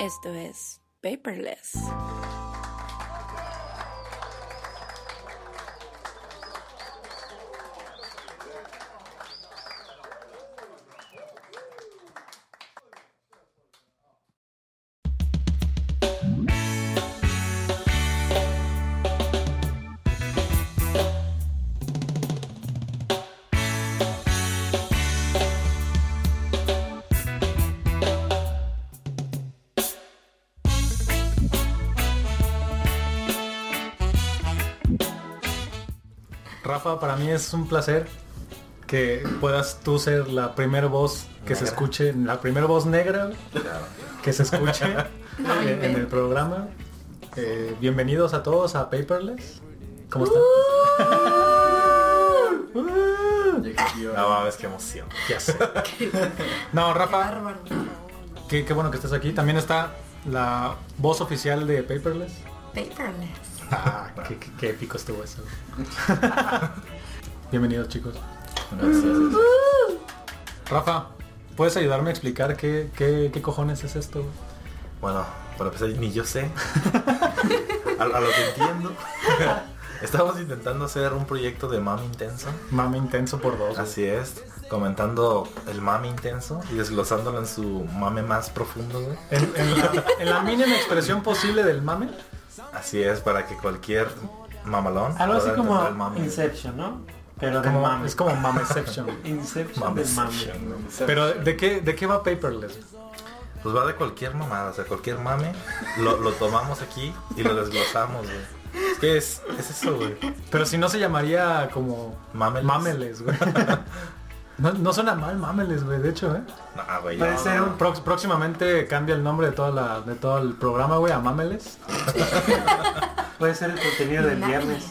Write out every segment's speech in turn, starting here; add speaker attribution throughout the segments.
Speaker 1: Esto es Paperless.
Speaker 2: Rafa, para mí es un placer que puedas tú ser la primera voz que se
Speaker 3: Negra.
Speaker 2: escuche, la primera voz negra que se escuche
Speaker 1: No
Speaker 2: en, en el
Speaker 1: inventes.
Speaker 2: programa. Eh, bienvenidos a todos a Paperless. ¿Cómo están? Uh,
Speaker 3: No mames, qué emoción.
Speaker 2: ya sé. No, Rafa,
Speaker 1: Bárbaro.
Speaker 2: qué, qué bueno que estés aquí. También está la voz oficial de Paperless.
Speaker 1: Paperless.
Speaker 2: Ah, qué, qué- qué épico estuvo eso. Bienvenidos chicos. Rafa, ¿puedes ayudarme a explicar qué, qué- qué cojones es esto?
Speaker 3: Bueno, para empezar, ni yo sé. A, a lo que entiendo, estamos intentando hacer un proyecto de mami intenso.
Speaker 2: Mame intenso por dos. güey.
Speaker 3: Así es, comentando el mami intenso y desglosándolo en su mame más profundo, güey.
Speaker 2: En, en la, en la mínima expresión posible del mame.
Speaker 3: Así es, para que cualquier mamalón.
Speaker 4: Algo así
Speaker 3: pueda
Speaker 4: como
Speaker 3: entender el mami.
Speaker 4: Inception, ¿no? Pero de
Speaker 2: Como-
Speaker 4: mami.
Speaker 2: es como mameception.
Speaker 4: Inception de mami.
Speaker 3: Mameception, güey.
Speaker 2: Pero ¿de qué, ¿de qué va Paperless?
Speaker 3: Pues va de cualquier mamada, o sea, cualquier mame, lo, lo tomamos aquí y lo desglosamos, güey. Es que es, es eso, güey.
Speaker 2: Pero si no se llamaría como
Speaker 3: Mameles.
Speaker 2: mameles, güey. No, no suena mal mameles, güey, de hecho, ¿eh?
Speaker 3: Nah, güey,
Speaker 4: Puede
Speaker 3: no,
Speaker 4: ser
Speaker 3: no,
Speaker 4: un-
Speaker 2: Prox- próximamente cambia el nombre de, toda la, de todo el programa, güey, a mameles.
Speaker 4: Puede ser el contenido del viernes.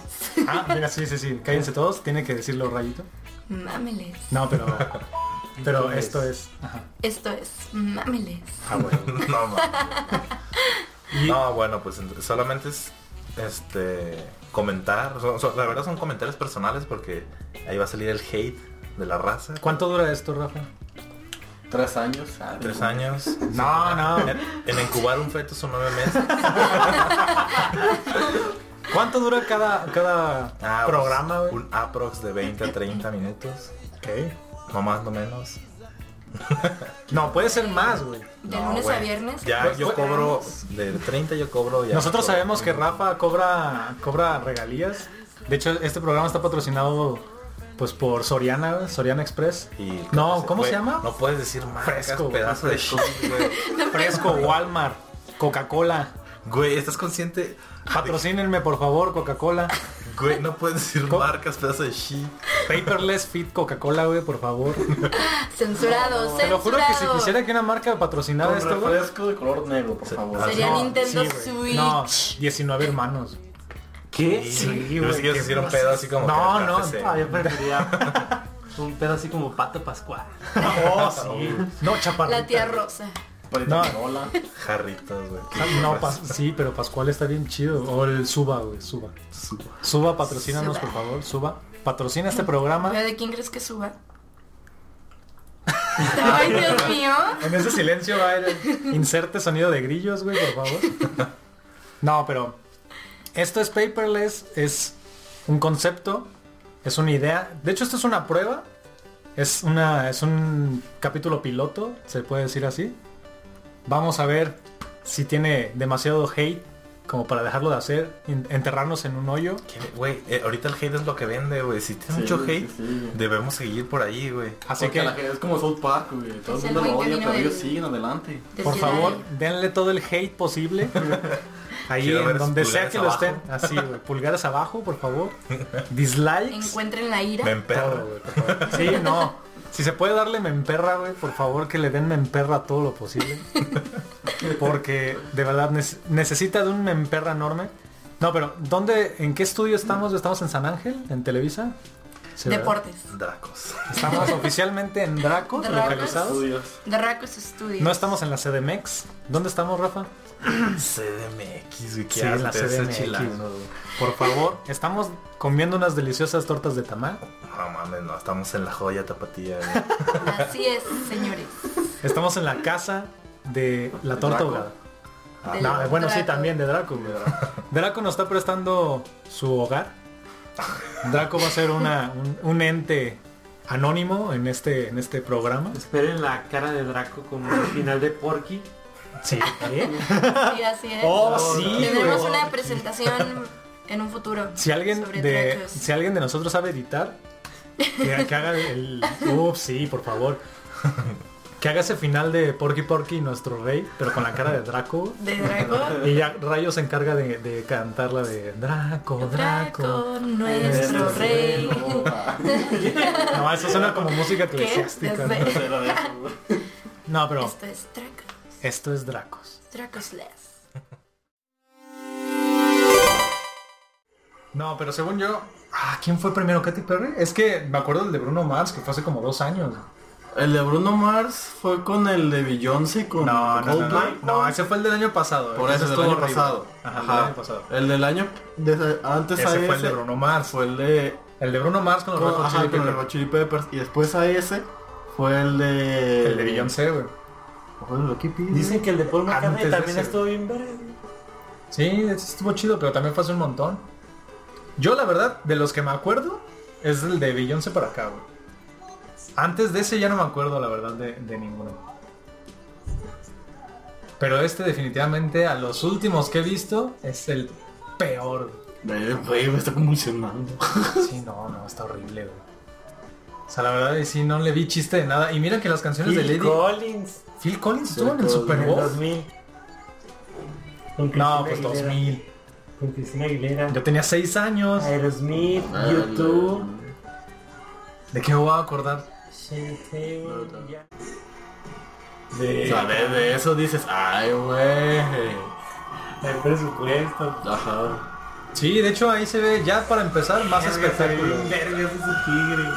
Speaker 2: Ah, mira, sí, sí, sí. Cállense todos, tiene que decirlo rayito.
Speaker 1: Mámeles.
Speaker 2: No, pero... Pero
Speaker 4: Entonces,
Speaker 2: esto es... Ajá.
Speaker 1: Esto es Mámeles.
Speaker 2: Ah, bueno.
Speaker 3: No, mames. No, bueno, pues ent- solamente es este comentar. son- son- la verdad son comentarios personales porque ahí va a salir el hate de la raza.
Speaker 2: ¿Cuánto dura esto, Rafa?
Speaker 5: Tres años. ah,
Speaker 3: Tres años.
Speaker 2: No, no.
Speaker 3: En, en incubar un feto son nueve meses.
Speaker 2: ¿Cuánto dura cada, cada
Speaker 3: Ah, pues,
Speaker 2: programa, güey?
Speaker 3: Un aprox de 20 a 30 minutos.
Speaker 2: Ok.
Speaker 3: No más, no menos.
Speaker 2: No, puede ser más, güey.
Speaker 1: De
Speaker 3: No,
Speaker 1: lunes a
Speaker 3: güey.
Speaker 1: viernes.
Speaker 3: Ya
Speaker 2: Pues,
Speaker 3: yo
Speaker 2: pues,
Speaker 3: cobro de 30 yo cobro ya.
Speaker 2: Nosotros
Speaker 3: cobro.
Speaker 2: sabemos que Rafa cobra, cobra regalías. De hecho, este programa está patrocinado pues por Soriana, güey, Soriana Express.
Speaker 3: Y- pues,
Speaker 2: No, ¿cómo se
Speaker 3: güey,
Speaker 2: llama?
Speaker 3: No puedes decir más.
Speaker 2: Fresco, güey,
Speaker 3: pedazo de
Speaker 5: fresco.
Speaker 3: shit, güey.
Speaker 2: Fresco, Walmart, Coca-Cola.
Speaker 3: Güey, ¿estás consciente?
Speaker 2: Patrocínenme, por favor, Coca-Cola.
Speaker 3: Güey, no puedes decir
Speaker 2: ¿Cómo?
Speaker 3: marcas, pedazo de shit.
Speaker 2: Paperless Fit Coca-Cola, güey, por favor.
Speaker 1: Censurado, censurado.
Speaker 2: Te lo juro que si quisiera que una marca patrocinara
Speaker 5: Con
Speaker 2: esto, güey.
Speaker 5: refresco de color negro, por
Speaker 3: Sí.
Speaker 5: favor.
Speaker 3: Ah,
Speaker 1: Sería
Speaker 3: No,
Speaker 1: Nintendo
Speaker 2: güey.
Speaker 1: Switch.
Speaker 2: No, 19 hermanos.
Speaker 4: ¿Qué?
Speaker 2: Sí,
Speaker 3: Yo
Speaker 2: güey,
Speaker 3: sé que ellos
Speaker 2: qué
Speaker 3: hicieron
Speaker 2: cosas.
Speaker 3: pedo así como que
Speaker 2: No,
Speaker 3: el
Speaker 2: no,
Speaker 3: KFC.
Speaker 4: Ah, yo preferiría un pedo así como Pato Pascual.
Speaker 2: Oh, sí. No, chaparrita.
Speaker 1: La tía Rosa.
Speaker 5: Paleta
Speaker 2: No.
Speaker 5: Lola.
Speaker 3: Jarritos, güey.
Speaker 2: Ah, No, pas- sí, pero Pascual está bien chido. O el Suba, güey, Suba.
Speaker 3: Suba.
Speaker 2: Suba, patrocínanos,
Speaker 1: Suba.
Speaker 2: por favor, Suba. Patrocina este programa.
Speaker 1: ¿De quién crees que suba? Ay, Dios mío.
Speaker 2: En ese silencio va a ir el- inserte sonido de grillos, güey, por favor. No, pero esto es paperless, es un concepto, es una idea. De hecho, esto es una prueba. Es una es un capítulo piloto, se puede decir así. Vamos a ver si tiene demasiado hate como para dejarlo de hacer, en- enterrarnos en un hoyo.
Speaker 3: ¿Qué- Güey, eh, ahorita el hate es lo que vende, güey. Si tiene
Speaker 5: Sí,
Speaker 3: mucho
Speaker 5: sí,
Speaker 3: hate,
Speaker 5: sí.
Speaker 3: debemos seguir por ahí, güey.
Speaker 2: Así
Speaker 5: Porque
Speaker 2: que
Speaker 5: la gente- es como South Park, güey. Todo
Speaker 1: Es
Speaker 5: el
Speaker 1: el
Speaker 5: mundo lo
Speaker 1: buen
Speaker 5: odia,
Speaker 1: camino
Speaker 5: pero ellos
Speaker 1: del-
Speaker 5: siguen adelante.
Speaker 1: De
Speaker 2: Por
Speaker 1: Jedi.
Speaker 2: favor, denle todo el hate posible. Ahí
Speaker 3: Quiero ver
Speaker 2: en donde
Speaker 3: sus
Speaker 2: sea que
Speaker 3: pulgares
Speaker 2: lo estén. Así, güey. Pulgares abajo, por favor. Dislikes.
Speaker 1: Encuentren la
Speaker 3: Me
Speaker 1: ira.
Speaker 2: Todo,
Speaker 3: emperro.
Speaker 2: güey, por favor. Sí, no. Si se puede darle memperra, güey, por favor que le den memperra todo lo posible. Porque de verdad nece- necesita de un memperra enorme. No, pero ¿dónde, en qué estudio estamos? ¿Estamos en San Ángel? ¿En Televisa? Sí, ¿verdad?
Speaker 1: Deportes.
Speaker 3: Dracos.
Speaker 2: Estamos oficialmente en Draco,
Speaker 1: Dracos.
Speaker 2: localizados.
Speaker 5: Estudios.
Speaker 1: De Racos Studios.
Speaker 2: No estamos en la CDMX. ¿Dónde estamos, Rafa?
Speaker 3: CDMX, güey.
Speaker 2: Sí,
Speaker 3: ¿Qué haces
Speaker 2: la
Speaker 3: hace ese
Speaker 2: CDMX,
Speaker 3: chilango,
Speaker 2: güey.
Speaker 3: güey?
Speaker 2: Por favor, estamos comiendo unas deliciosas tortas de tamal.
Speaker 3: No mames, no. Estamos en la joya tapatía, güey.
Speaker 1: Así es, señores.
Speaker 2: Estamos en la casa de la torta
Speaker 5: Draco.
Speaker 2: ahogada.
Speaker 3: Ah,
Speaker 1: del
Speaker 2: No, eh, bueno, sí,
Speaker 1: Draco.
Speaker 2: también de Draco. güey. Draco nos está prestando su hogar. Draco va a ser una, un, un ente anónimo en este, en este programa.
Speaker 4: Esperen la cara de Draco como el final de Porky.
Speaker 2: Sí, ¿eh?
Speaker 1: Sí, así es.
Speaker 2: Oh,
Speaker 4: sí,
Speaker 1: Tenemos
Speaker 2: güey.
Speaker 1: una presentación en un futuro.
Speaker 2: Si alguien,
Speaker 1: sobre
Speaker 2: de,
Speaker 1: Dracos.
Speaker 2: si alguien de nosotros sabe editar, que, que haga el... Ups, sí, por favor. Que haga ese final de Porky Porky, nuestro rey, pero con la cara de Draco.
Speaker 1: De Draco.
Speaker 2: Y ya Rayo se encarga de, de cantar la de Draco, Draco.
Speaker 1: Draco, nuestro rey.
Speaker 5: Ah,
Speaker 2: No, eso suena como música
Speaker 1: ¿Qué? Ya
Speaker 2: eclesiástica. ¿no?
Speaker 1: sé.
Speaker 5: se la dejo, güey.
Speaker 2: No, pero
Speaker 1: Esto es Draco.
Speaker 2: esto es Dracos.
Speaker 1: Dracosless.
Speaker 2: No, pero según yo... Ah, ¿quién fue primero? ¿Katy Perry? Es que me acuerdo del de Bruno Mars, que fue hace como dos años.
Speaker 5: El de Bruno Mars fue con el de Beyoncé con
Speaker 2: No, no, no, no,
Speaker 5: Coldplay.
Speaker 2: no, ese fue el del año pasado.
Speaker 5: Por
Speaker 2: Ese
Speaker 5: eso, del
Speaker 2: estuvo
Speaker 5: año
Speaker 2: horrible.
Speaker 5: pasado.
Speaker 2: Ajá, el del
Speaker 5: Ajá.
Speaker 2: año pasado.
Speaker 5: El del año de- antes
Speaker 2: Ese
Speaker 5: a
Speaker 2: fue el de Bruno Mars.
Speaker 5: fue el de
Speaker 2: El de Bruno Mars con los Red Hot
Speaker 5: ajá,
Speaker 2: Chili
Speaker 5: con el
Speaker 2: Peppers.
Speaker 5: Hot Chili Peppers y después a ese fue el de
Speaker 2: El de Beyoncé, güey.
Speaker 5: Ojo, lo que pide.
Speaker 4: Dicen que el de Paul
Speaker 2: Antes
Speaker 4: McCartney
Speaker 2: de
Speaker 4: también
Speaker 2: ese.
Speaker 4: estuvo bien verde.
Speaker 2: Sí, ese estuvo chido, pero también fue hace un montón. Yo, la verdad, de los que me acuerdo, es el de Beyoncé para acá, güey. Antes de ese ya no me acuerdo, la verdad, de, de ninguno. Pero este definitivamente, a los últimos que he visto, es el peor.
Speaker 5: Ve, güey, me está convulsionando.
Speaker 4: Ah,
Speaker 2: güey. Sí, no, no, está horrible, güey. O sea, la verdad, sí, no le vi chiste de nada. Y mira que las canciones de
Speaker 4: Phil
Speaker 2: Lady...
Speaker 4: Collins
Speaker 2: Phil Collins estuvo en el
Speaker 5: Collins.
Speaker 2: Super
Speaker 4: en el
Speaker 2: Bowl.
Speaker 4: 2000. Con
Speaker 2: No,
Speaker 4: Cristina
Speaker 2: pues
Speaker 4: Aguilera.
Speaker 2: 2000.
Speaker 4: Con Cristina Aguilera.
Speaker 2: Yo tenía 6 años.
Speaker 4: Aerosmith, YouTube,
Speaker 2: ¿De qué me voy a acordar?
Speaker 4: Shane Taylor, ya.
Speaker 5: O sea, de, de eso dices, ay, güey.
Speaker 4: El presupuesto.
Speaker 5: Ajá.
Speaker 2: Sí, de hecho ahí se ve ya para empezar más espectáculo.
Speaker 4: Vergas ese tigre.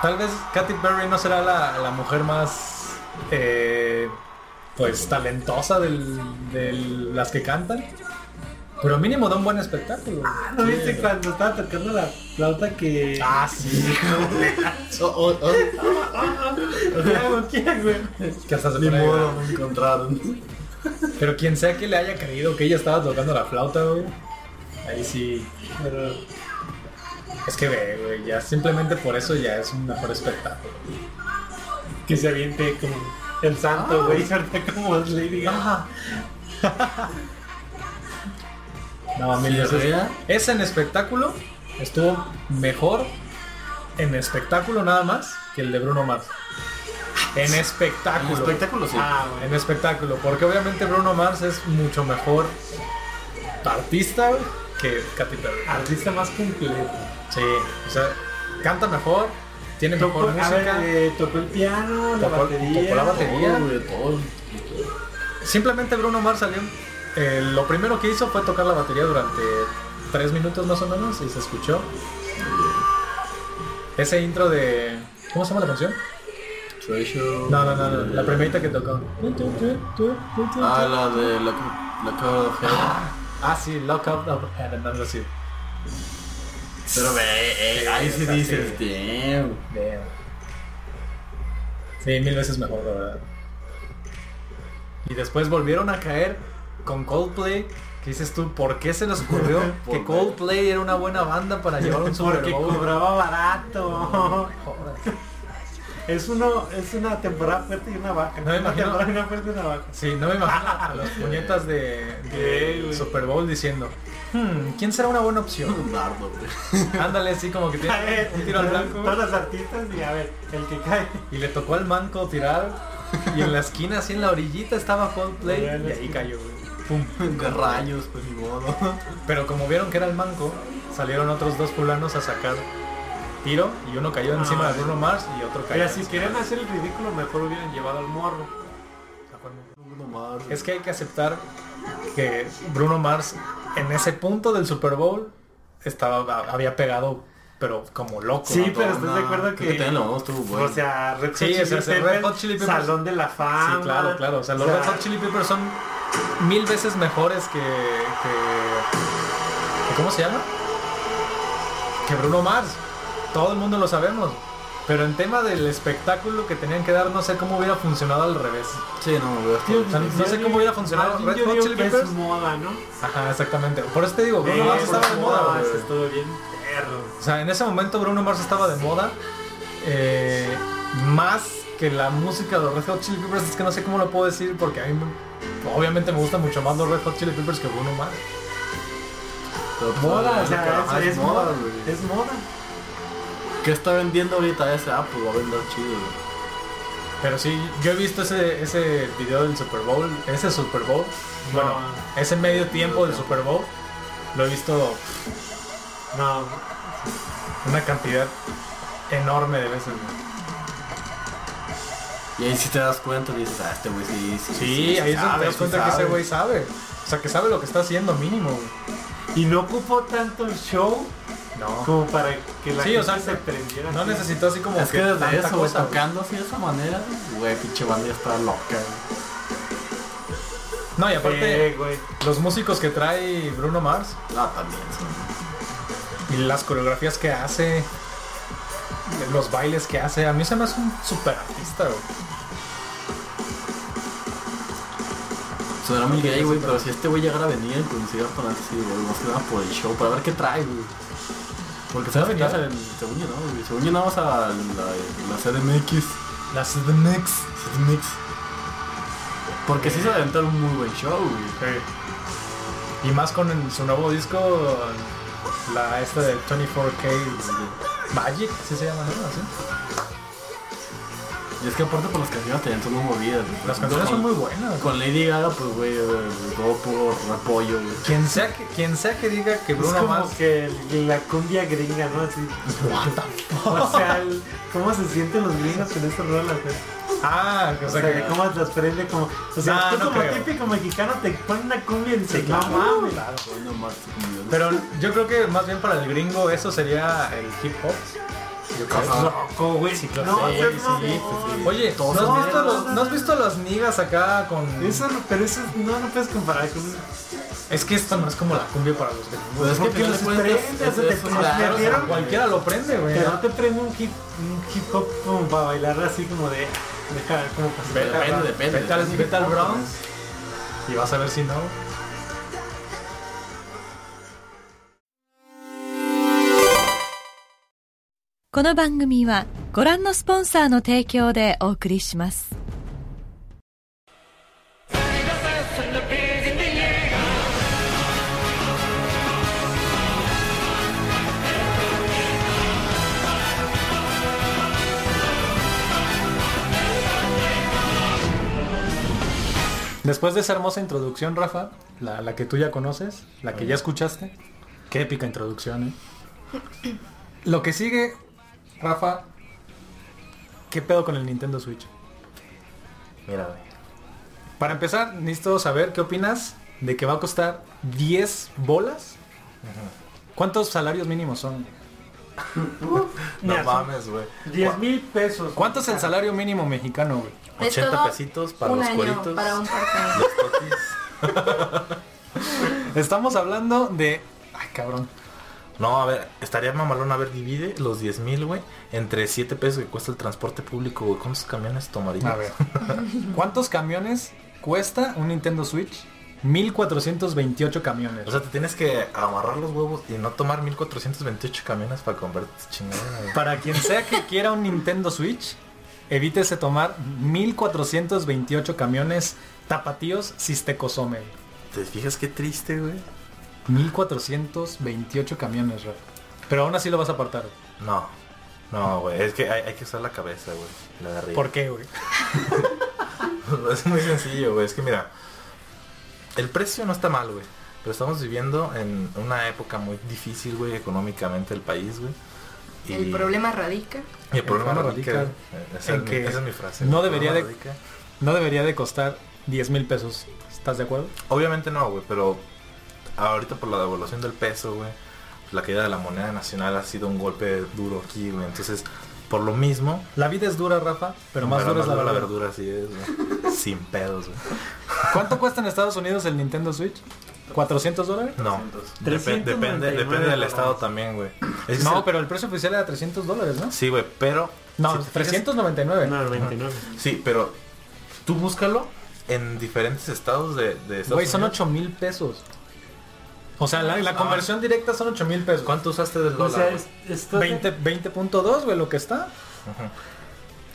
Speaker 2: Tal vez Katy Perry no será la, la mujer más eh, pues talentosa del- de las que cantan. Pero mínimo da un buen espectáculo.
Speaker 4: Ah, ¿No viste cuando estaba tocando la flauta que...
Speaker 2: Ah, sí.
Speaker 5: Oh, oh, oh.
Speaker 4: Claro, ¿qué, güey?
Speaker 2: que hasta se
Speaker 5: Ni
Speaker 2: pone a
Speaker 5: modo,
Speaker 2: llorar.
Speaker 5: me encontraron.
Speaker 2: Pero quien sea que le haya creído que ella estaba tocando la flauta, güey. Ahí sí.
Speaker 4: Pero...
Speaker 2: Es que ve, güey, ya simplemente por eso ya es un mejor espectáculo.
Speaker 4: Que se aviente como el santo, güey.
Speaker 2: Ah,
Speaker 4: ahorita como Lady Gaga.
Speaker 2: No, a mí
Speaker 5: Sí,
Speaker 2: les-
Speaker 5: ¿verdad?
Speaker 2: Ese en espectáculo estuvo mejor en espectáculo nada más que el de Bruno Mars. En espectáculo.
Speaker 5: En espectáculo, sí.
Speaker 2: Ah, bueno, en espectáculo. Porque obviamente Bruno Mars es mucho mejor artista güey, que Katy Perry.
Speaker 4: Artista más completo.
Speaker 2: Sí. O sea, canta mejor, tiene mejor
Speaker 4: Tocó, a
Speaker 2: música.
Speaker 4: ver, eh, tocó el piano, la
Speaker 2: Tocó-
Speaker 4: batería.
Speaker 2: tocó la batería.
Speaker 5: Todo, güey, todo.
Speaker 2: Simplemente Bruno Mars salió. eh, lo primero que hizo fue tocar la batería durante tres minutos más o menos y se escuchó. Ese intro de. ¿Cómo se llama la canción?
Speaker 5: Treasure.
Speaker 2: No, no, no, no, la primerita que tocó.
Speaker 5: Ah, la de la, la cara de
Speaker 2: Ah, sí, Lock Up of Heaven, algo así.
Speaker 5: Pero ve, eh, ahí sí
Speaker 2: está,
Speaker 5: dices,
Speaker 2: sí.
Speaker 5: damn.
Speaker 2: Damn. Sí, mil veces mejor, la verdad. Y después volvieron a caer con Coldplay. ¿Qué dices tú? ¿Por qué se les ocurrió que Coldplay era una buena banda para llevar un Super
Speaker 4: Porque
Speaker 2: Bowl?
Speaker 4: cobraba barato. Es, uno, es una temporada fuerte y una baja.
Speaker 2: No me
Speaker 4: una
Speaker 2: imagino.
Speaker 4: temporada y una fuerte y una baja.
Speaker 2: Sí, no me imagino a las puñetas de,
Speaker 4: Sí,
Speaker 2: de
Speaker 4: güey.
Speaker 2: Super Bowl diciendo, "Hmm, ¿quién será una buena opción?
Speaker 5: Un dardo, güey.
Speaker 2: Ándale así como que
Speaker 4: A
Speaker 2: tiene
Speaker 4: ver,
Speaker 2: un tiro al blanco.
Speaker 4: Todos los artistas y a ver, el que cae.
Speaker 2: Y le tocó al manco tirar. Y en la esquina, así en la orillita, estaba Coldplay.
Speaker 4: Ya, en
Speaker 2: Y
Speaker 4: la
Speaker 2: ahí
Speaker 4: esquina.
Speaker 2: cayó, güey. Pum.
Speaker 5: De rayos, pues ni modo.
Speaker 2: Pero como vieron que era el manco, salieron otros dos fulanos a sacar tiro. Y uno cayó encima
Speaker 4: Ah,
Speaker 2: de Bruno Mars y otro cayó.
Speaker 4: Pero si querían hacer el ridículo, mejor hubieran llevado al morro.
Speaker 5: Bruno Mars.
Speaker 2: Es que hay que aceptar que Bruno Mars en ese punto del Super Bowl estaba había pegado pero como loco.
Speaker 4: Sí,
Speaker 2: ¿no?
Speaker 4: pero estás de acuerdo que-
Speaker 5: Creo que también lo vamos estuvo bueno.
Speaker 4: O sea, Red Hot
Speaker 2: Sí,
Speaker 4: Chili
Speaker 2: o sea, Red
Speaker 4: Peppers,
Speaker 2: Hot Chili Peppers.
Speaker 4: Salón de la
Speaker 2: Sí,
Speaker 4: Fama.
Speaker 2: claro, claro. O sea, los Red Hot Chili Peppers son mil veces mejores que, que- que- ¿Cómo se llama? Que Bruno Mars. Todo el mundo lo sabemos. Pero en tema del espectáculo que tenían que dar, no sé cómo hubiera funcionado al revés.
Speaker 5: Sí, no, güey.
Speaker 2: O sea, no sé cómo hubiera funcionado
Speaker 4: Más bien
Speaker 2: Red
Speaker 4: yo
Speaker 2: Hot
Speaker 4: digo
Speaker 2: Chili
Speaker 4: que
Speaker 2: Peppers.
Speaker 4: es moda, ¿no?
Speaker 2: Ajá, exactamente. Por eso te digo, Bruno
Speaker 4: Eh,
Speaker 2: Mars estaba de moda.
Speaker 4: Mars
Speaker 2: güey.
Speaker 4: estuvo bien perro.
Speaker 2: O sea, en ese momento Bruno Mars estaba de moda. eh, más que la música de los Red Hot Chili Peppers, es que no sé cómo lo puedo decir porque a mí me- obviamente me gusta mucho más los Red Hot Chili Peppers que Bruno Mars.
Speaker 4: Moda, o sea,
Speaker 5: Ajá,
Speaker 4: es, es moda,
Speaker 5: güey.
Speaker 4: es moda.
Speaker 5: ¿Qué está vendiendo ahorita ese? Ah, pues va a vender chido, güey.
Speaker 2: Pero sí, yo he visto ese, ese video del Super Bowl, ese Super Bowl, bueno, ese medio tiempo del Super Bowl, lo he visto
Speaker 4: No,
Speaker 2: una cantidad enorme de veces. güey.
Speaker 5: Y ahí sí te das cuenta y dices, ah, este güey sí, sí.
Speaker 2: Sí, ahí es donde te das cuenta que ese güey sabe. O sea, que sabe lo que está haciendo mínimo. güey.
Speaker 4: y no ocupó tanto el show
Speaker 2: No.
Speaker 4: como para que la
Speaker 2: Ah. Sí,
Speaker 4: gente
Speaker 2: o sea,
Speaker 4: se prendiera.
Speaker 2: No
Speaker 4: así.
Speaker 2: necesito así como
Speaker 5: Es que desde
Speaker 2: tanta
Speaker 5: eso, güey,
Speaker 2: cosa, güey.
Speaker 5: tocando así de esa manera, güey, pinche banda ya está loca, güey.
Speaker 2: No, y
Speaker 4: Eh,
Speaker 2: aparte,
Speaker 4: güey.
Speaker 2: los músicos que trae Bruno Mars
Speaker 5: Ah, también, sí.
Speaker 2: y las coreografías que hace, los bailes que hace, a mí se me hace un super artista, güey.
Speaker 5: Suena muy gay, güey, pero si este güey llegara a venir en concierto, no sé si, güey, más que nada por el show, para ver qué trae, güey. Porque se va a venir,
Speaker 2: Claro.
Speaker 5: en- según yo, ¿no? güey? Según yo, no vamos a la, la CDMX.
Speaker 2: Las The Mix.
Speaker 5: CDMX. Porque sí se aventó un muy buen show, güey.
Speaker 2: Y más con el- su nuevo disco, la esta de 24K Magic, ¿sí se llama, ¿no? Así.
Speaker 5: Y es que aparte por las canciones también son muy movidas, güey.
Speaker 2: Las canciones son muy buenas.
Speaker 5: Con Lady Gaga, pues, güey, todo por apoyo, güey.
Speaker 2: Quien sea que, quien sea que diga que
Speaker 4: Es
Speaker 2: Bruno
Speaker 4: como
Speaker 2: Mars...
Speaker 4: que el- la cumbia gringa, ¿no? Así. O sea, el- ¿cómo se sienten los gringos con esas rolas, güey?
Speaker 2: Ah, o
Speaker 4: O
Speaker 2: sea
Speaker 4: sea,
Speaker 2: que...
Speaker 4: que cómo las prende como... O sea,
Speaker 2: Nah,
Speaker 4: tú
Speaker 2: no
Speaker 4: como
Speaker 2: creo.
Speaker 4: típico mexicano te ponen una cumbia y dices, no mames.
Speaker 5: Ah, Bueno, más, como yo.
Speaker 2: Pero yo creo que más bien para el gringo eso sería el hip hop. Yo creo.
Speaker 5: Ajá.
Speaker 4: Loco, güey.
Speaker 2: claro.
Speaker 4: No,
Speaker 5: Sí,
Speaker 4: seas
Speaker 5: sí,
Speaker 4: mamón.
Speaker 5: sí, sí.
Speaker 2: Oye, ¿no
Speaker 5: Todos
Speaker 2: has,
Speaker 5: son
Speaker 2: visto
Speaker 4: negros.
Speaker 2: los- ¿no has visto las niggas acá con...?
Speaker 4: Eso, no- pero eso no lo puedes comparar con...
Speaker 2: Es que esto no es como la cumbia para los
Speaker 5: Pues
Speaker 2: gringos.
Speaker 5: es que
Speaker 4: porque
Speaker 5: al
Speaker 4: los
Speaker 5: final de cuentas,
Speaker 4: prendas,
Speaker 5: es-
Speaker 4: se te
Speaker 5: es-
Speaker 4: ponen-
Speaker 5: claro,
Speaker 4: me dieron-
Speaker 5: o sea,
Speaker 2: Cualquiera lo prende, güey.
Speaker 4: Pero no te prende un hip, un hip hop como para bailar así como de... Deja ver cómo pasa.
Speaker 5: Depende,
Speaker 4: Deja ver.
Speaker 5: depende.
Speaker 2: Vete al,
Speaker 5: depende.
Speaker 2: vete al Browns y vas a ver si no.
Speaker 6: この番組はご覧のスポンサーの提供でお送りします。
Speaker 2: Después de esa hermosa introducción, Rafa, la, la que tú ya conoces, la que ya escuchaste, qué épica introducción, ¿eh? Lo que sigue, Rafa, ¿qué pedo con el Nintendo Switch?
Speaker 3: Mira, güey.
Speaker 2: Para empezar, necesito saber qué opinas de que va a costar 10 bolas. ¿Cuántos salarios mínimos son?
Speaker 3: No
Speaker 4: Mira, son
Speaker 3: mames, güey.
Speaker 4: 10 mil pesos.
Speaker 2: ¿Cuánto es el salario mínimo mexicano, güey?
Speaker 1: Es
Speaker 3: 80
Speaker 1: todo
Speaker 3: pesitos para
Speaker 1: un
Speaker 3: los
Speaker 1: año
Speaker 3: cueritos.
Speaker 1: Para un partido.
Speaker 3: Los totis.
Speaker 2: Estamos hablando de... Ay, cabrón.
Speaker 3: No, a ver, estaría mamalón. A ver, divide los 10 mil, güey, entre 7 pesos que cuesta el transporte público, güey. ¿Cuántos camiones tomarías?
Speaker 2: A ver. ¿Cuántos camiones cuesta un Nintendo Switch? 1428 camiones.
Speaker 3: O sea, te tienes que amarrar los huevos y no tomar 1428 camiones para comprar tus chingaderas, güey.
Speaker 2: Para quien sea que quiera un Nintendo Switch, evítese tomar 1428 camiones tapatíos Sistecosome.
Speaker 3: ¿Te fijas qué triste, güey?
Speaker 2: 1428 camiones, Rafa. Pero aún así lo vas a apartar.
Speaker 3: No. No, güey. Es que hay, hay que usar la cabeza, güey. La de arriba.
Speaker 2: ¿Por qué, güey?
Speaker 3: Es muy sencillo, güey. Es que mira, el precio no está mal, güey. Pero estamos viviendo en una época muy difícil, güey, económicamente el país, güey. Y
Speaker 1: El problema radica.
Speaker 3: y el problema
Speaker 2: problema
Speaker 3: radica.
Speaker 2: radica
Speaker 3: eh, esa,
Speaker 2: en
Speaker 3: es mi-
Speaker 2: que
Speaker 3: esa es mi frase.
Speaker 2: no
Speaker 3: el
Speaker 2: debería
Speaker 3: problema
Speaker 2: de-
Speaker 3: radica-
Speaker 2: No debería de costar 10 mil pesos. ¿Estás de acuerdo?
Speaker 3: Obviamente no, güey, pero ahorita por la devaluación del peso, güey, la caída de la moneda nacional ha sido un golpe duro aquí, güey. Entonces, por lo mismo,
Speaker 2: La vida es dura, Rafa, pero más dura es la,
Speaker 3: la
Speaker 2: verdura.
Speaker 3: verdura, así es, güey. Sin pedos, güey.
Speaker 2: ¿Cuánto cuesta en Estados Unidos el Nintendo Switch? ¿400 dólares?
Speaker 3: No,
Speaker 4: 399
Speaker 3: Depe- depende, depende del
Speaker 4: dólares.
Speaker 3: estado también, güey. Es que
Speaker 2: No,
Speaker 3: se-
Speaker 2: pero el precio oficial era 300 dólares, ¿no?
Speaker 3: Sí, güey, pero...
Speaker 2: No,
Speaker 3: si te fijas-
Speaker 2: 399.
Speaker 4: No, el 29.
Speaker 3: Sí, pero tú búscalo en diferentes estados de, de Estados
Speaker 2: Güey, son
Speaker 3: Unidos.
Speaker 2: 8 mil pesos. O sea, la, la
Speaker 5: Ah.
Speaker 2: conversión directa son 8 mil pesos.
Speaker 3: ¿Cuánto usaste del
Speaker 4: O
Speaker 3: dólar?
Speaker 4: sea,
Speaker 3: güey?
Speaker 4: es- ¿estás, de-
Speaker 2: 20 20.2, güey, lo que está.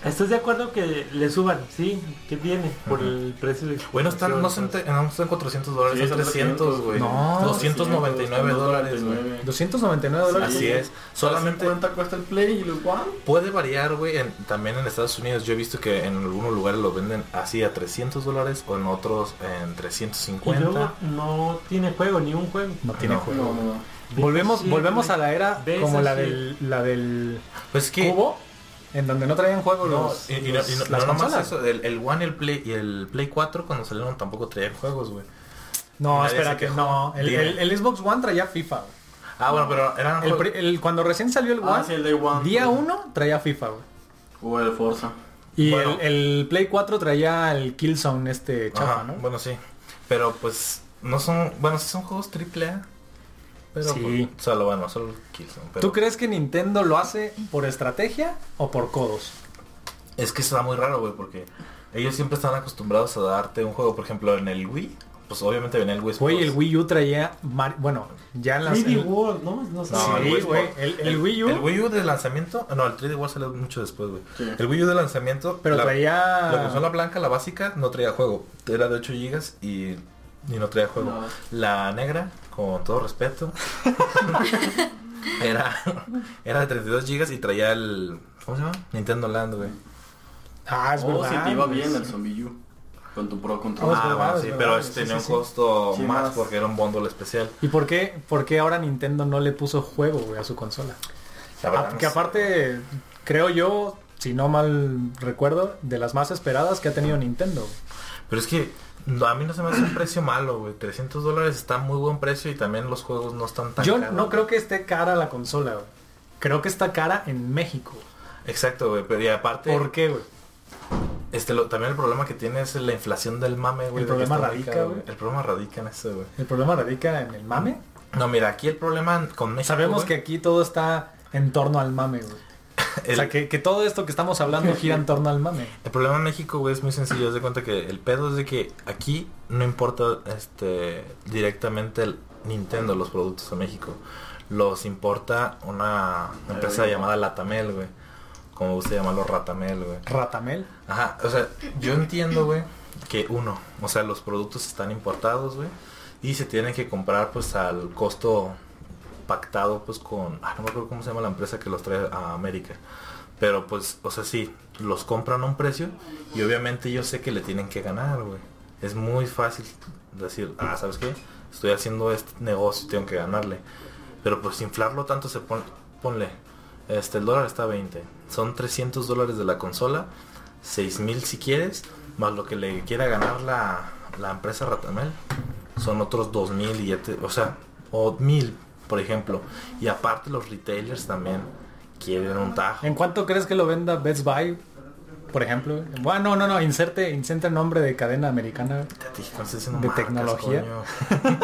Speaker 4: estás de acuerdo que le suban? Sí, ¿qué tiene? Por el precio de.
Speaker 3: Bueno, están, no son, te- no son 400 dólares,
Speaker 5: Sí,
Speaker 3: son
Speaker 5: son
Speaker 3: 300, güey.
Speaker 2: No,
Speaker 3: 299 dólares, güey.
Speaker 2: 299 dólares.
Speaker 3: Así es.
Speaker 5: Solamente
Speaker 3: Solamente
Speaker 5: cuenta cuesta el play y los One.
Speaker 3: puede variar, güey, en- también en Estados Unidos. Yo he visto que en algunos lugares lo venden así a 300 dólares o en otros en
Speaker 4: Y
Speaker 3: 350.
Speaker 4: luego no tiene juego, ni un juego.
Speaker 2: No tiene
Speaker 3: No.
Speaker 2: juego.
Speaker 5: no.
Speaker 2: Volvemos,
Speaker 4: Sí,
Speaker 2: volvemos a
Speaker 4: güey.
Speaker 2: la era
Speaker 4: Ves
Speaker 2: como la
Speaker 4: así.
Speaker 2: del, la del
Speaker 3: Pues es que...
Speaker 2: cubo, en donde no traían juegos
Speaker 3: No,
Speaker 2: los-
Speaker 3: y, y no,
Speaker 2: los-
Speaker 3: y no-
Speaker 2: las
Speaker 3: no nomás
Speaker 2: consolas.
Speaker 3: eso, el, el One el Play, y el Play 4 cuando salieron tampoco traían juegos, güey.
Speaker 2: No,
Speaker 3: Nadie
Speaker 2: espera
Speaker 3: se
Speaker 2: que
Speaker 3: quejó.
Speaker 2: no. El,
Speaker 3: Dime.
Speaker 2: el- el Xbox One traía FIFA. güey.
Speaker 3: Ah, bueno, pero eran
Speaker 2: El
Speaker 3: juegos-
Speaker 2: pri- el- cuando recién salió el One,
Speaker 5: Ah, sí, el Day One.
Speaker 2: día 1 traía FIFA. güey.
Speaker 5: O el Forza.
Speaker 2: Y
Speaker 3: Bueno.
Speaker 2: el, el Play 4 traía el Killzone este
Speaker 3: Ajá,
Speaker 2: chapa, ¿no?
Speaker 3: Bueno, sí. Pero pues no son, bueno, sí son juegos triple A. Pero
Speaker 2: Sí.
Speaker 3: pues, solo bueno, solo Killzone, pero-
Speaker 2: ¿Tú crees que Nintendo lo hace por estrategia o por codos?
Speaker 3: Es que está muy raro, güey, porque ellos siempre están acostumbrados a darte un juego, por ejemplo, en el Wii, pues obviamente venía el Wii Sports.
Speaker 2: Güey, el Wii U traía... Mar- bueno, ya en las...
Speaker 4: 3D
Speaker 2: en-
Speaker 4: World, ¿no? No sé.
Speaker 3: No,
Speaker 2: Sí,
Speaker 3: el Wii
Speaker 2: güey.
Speaker 3: Sports.
Speaker 2: El, el Wii U...
Speaker 3: El Wii U de lanzamiento, no, el 3D World salió mucho después, güey.
Speaker 5: Sí.
Speaker 3: El Wii U de lanzamiento,
Speaker 2: pero
Speaker 3: la-
Speaker 2: traía...
Speaker 3: La consola blanca, la básica, no traía juego. Era de 8 gigas y, y no traía juego.
Speaker 5: No.
Speaker 3: La negra, con todo respeto, era, era de 32 gigas y traía el... ¿Cómo se llama? Nintendo Land, güey.
Speaker 2: Ah,
Speaker 3: Oh,
Speaker 2: es
Speaker 5: O si
Speaker 2: verdad,
Speaker 5: te iba
Speaker 2: güey.
Speaker 5: bien el Zombie U. Con tu Pro
Speaker 2: Oh,
Speaker 5: Controller.
Speaker 2: es
Speaker 3: ah,
Speaker 2: verdad,
Speaker 3: bueno,
Speaker 2: es
Speaker 3: sí,
Speaker 2: verdad,
Speaker 3: pero
Speaker 2: sí,
Speaker 3: este
Speaker 2: sí,
Speaker 3: tenía un
Speaker 2: sí.
Speaker 3: costo
Speaker 5: Sí,
Speaker 3: más
Speaker 5: más.
Speaker 3: porque era un bundle especial.
Speaker 2: ¿Y por qué, por qué ahora Nintendo no le puso juego, güey, a su consola?
Speaker 3: La verdad,
Speaker 2: Ah,
Speaker 3: no
Speaker 2: que
Speaker 3: sé.
Speaker 2: aparte, creo yo, si no mal recuerdo, de las más esperadas que ha tenido Nintendo. güey.
Speaker 3: Pero es que no, a mí no se me hace un precio malo, güey. 300 dólares está muy buen precio y también los juegos no están tan
Speaker 2: Yo
Speaker 3: caros.
Speaker 2: no creo que esté cara la consola, güey. Creo que está cara en México.
Speaker 3: Exacto, güey. Pero y aparte...
Speaker 2: ¿Por qué, güey?
Speaker 3: Este, lo- también el problema que tiene es la inflación del mame, güey.
Speaker 2: El
Speaker 3: de que
Speaker 2: problema
Speaker 3: está
Speaker 2: radica,
Speaker 3: marcado,
Speaker 2: güey.
Speaker 3: El problema radica en eso, güey.
Speaker 2: El problema radica en el mame.
Speaker 3: No, mira, aquí el problema con México,
Speaker 2: Sabemos que
Speaker 3: güey,
Speaker 2: aquí todo está en torno al mame, güey. O
Speaker 3: el,
Speaker 2: sea, que, que todo esto que estamos hablando gira en torno al mame.
Speaker 3: el problema en México, güey, es muy sencillo. Haz de cuenta que el pedo es de que aquí no importa este directamente el Nintendo los productos a México. Los importa una empresa
Speaker 5: Aerolínea.
Speaker 3: llamada Latamel, güey. Como gusta llamarlo Ratamel, güey.
Speaker 2: Ratamel.
Speaker 3: Ajá, o sea, yo entiendo, güey, que uno, o sea, los productos están importados, güey, y se tienen que comprar, pues, al costo pactado, pues, con, ah, no me acuerdo cómo se llama la empresa que los trae a América, pero, pues, o sea, sí, los compran a un precio y obviamente yo sé que le tienen que ganar, güey. Es muy fácil decir, ah, ¿sabes qué? Estoy haciendo este negocio y tengo que ganarle. Pero pues inflarlo tanto se pone, ponle, este, el dólar está a 20. Son 300 dólares de la consola, 6000 si quieres, más lo que le quiera ganar la, la empresa Ratamel, son otros 2000 y ya te, o sea, o 1000, por ejemplo. Y aparte los retailers también quieren un tajo.
Speaker 2: ¿En cuánto crees que lo venda Best Buy? Por ejemplo, güey? bueno, no, no, inserte, inserte el nombre de cadena americana. güey.
Speaker 3: Te dije, no estoy diciendo
Speaker 2: De
Speaker 3: marcas,
Speaker 2: tecnología.
Speaker 3: coño.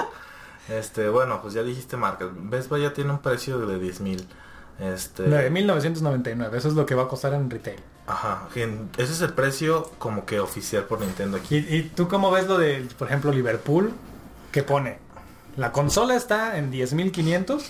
Speaker 3: este, bueno, pues ya dijiste marcas. Best Buy ya tiene un precio de 10 mil. Este,
Speaker 2: em- 9.999, eso es lo que va a costar en retail.
Speaker 3: ajá, gen- ese es el precio como que oficial por Nintendo aquí.
Speaker 2: ¿Y, y tú cómo ves lo de, por ejemplo, Liverpool? Que pone, la consola está en 10.500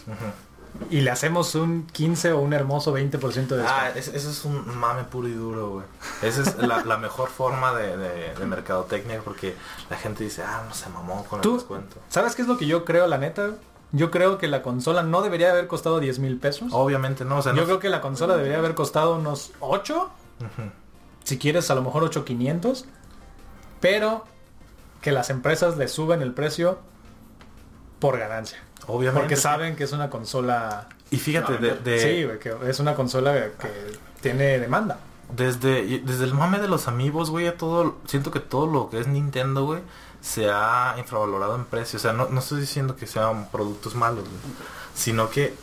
Speaker 2: y le hacemos un 15 o un hermoso 20% de descuento.
Speaker 3: Ah, es- eso es un mame puro y duro, güey. Esa es la, la mejor forma de, de, de mercadotecnia porque la gente dice, ah, no se mamó con el
Speaker 2: ¿Tú?
Speaker 3: descuento.
Speaker 2: ¿Sabes qué es lo que yo creo, la neta? Yo creo que la consola no debería haber costado 10 mil pesos.
Speaker 3: Obviamente Oh, no, o sea,
Speaker 2: Yo
Speaker 3: no-
Speaker 2: creo que la consola debería haber costado unos 8. Si quieres, a lo mejor 8,500. Pero que las empresas le suben el precio por ganancia.
Speaker 3: obviamente.
Speaker 2: Porque
Speaker 3: sí.
Speaker 2: saben que es una consola...
Speaker 3: Y fíjate, de, de-
Speaker 2: Sí, güey, que es una consola que tiene demanda.
Speaker 3: Desde, y- desde el mame de los amigos, güey, a todo, siento que todo lo que es Nintendo, güey, se ha infravalorado en precio. O sea, no, no estoy diciendo que sean productos malos, güey, sino que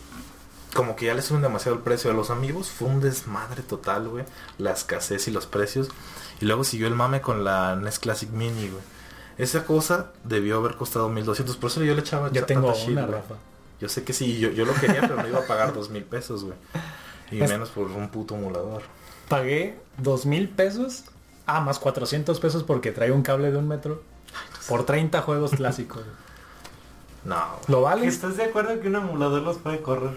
Speaker 3: como que ya le suben demasiado el precio a los amigos. Fue un desmadre total, güey, la escasez y los precios. Y luego siguió el mame con la NES Classic E Mini, güey. Esa cosa debió haber costado 1200. Por eso yo le echaba
Speaker 2: Yo
Speaker 3: tanta
Speaker 2: tengo
Speaker 3: shit,
Speaker 2: una,
Speaker 3: güey.
Speaker 2: Rafa.
Speaker 3: Yo sé que sí, yo, yo lo quería, pero no iba a pagar 2000 pesos, güey. Y
Speaker 2: Es-
Speaker 3: menos por un puto emulador.
Speaker 2: Pagué dos mil pesos. Ah, más 400 pesos porque trae un cable de un metro. Por 30 juegos clásicos.
Speaker 3: No, güey.
Speaker 2: ¿Lo vale?
Speaker 4: ¿Estás de acuerdo que un emulador los puede correr?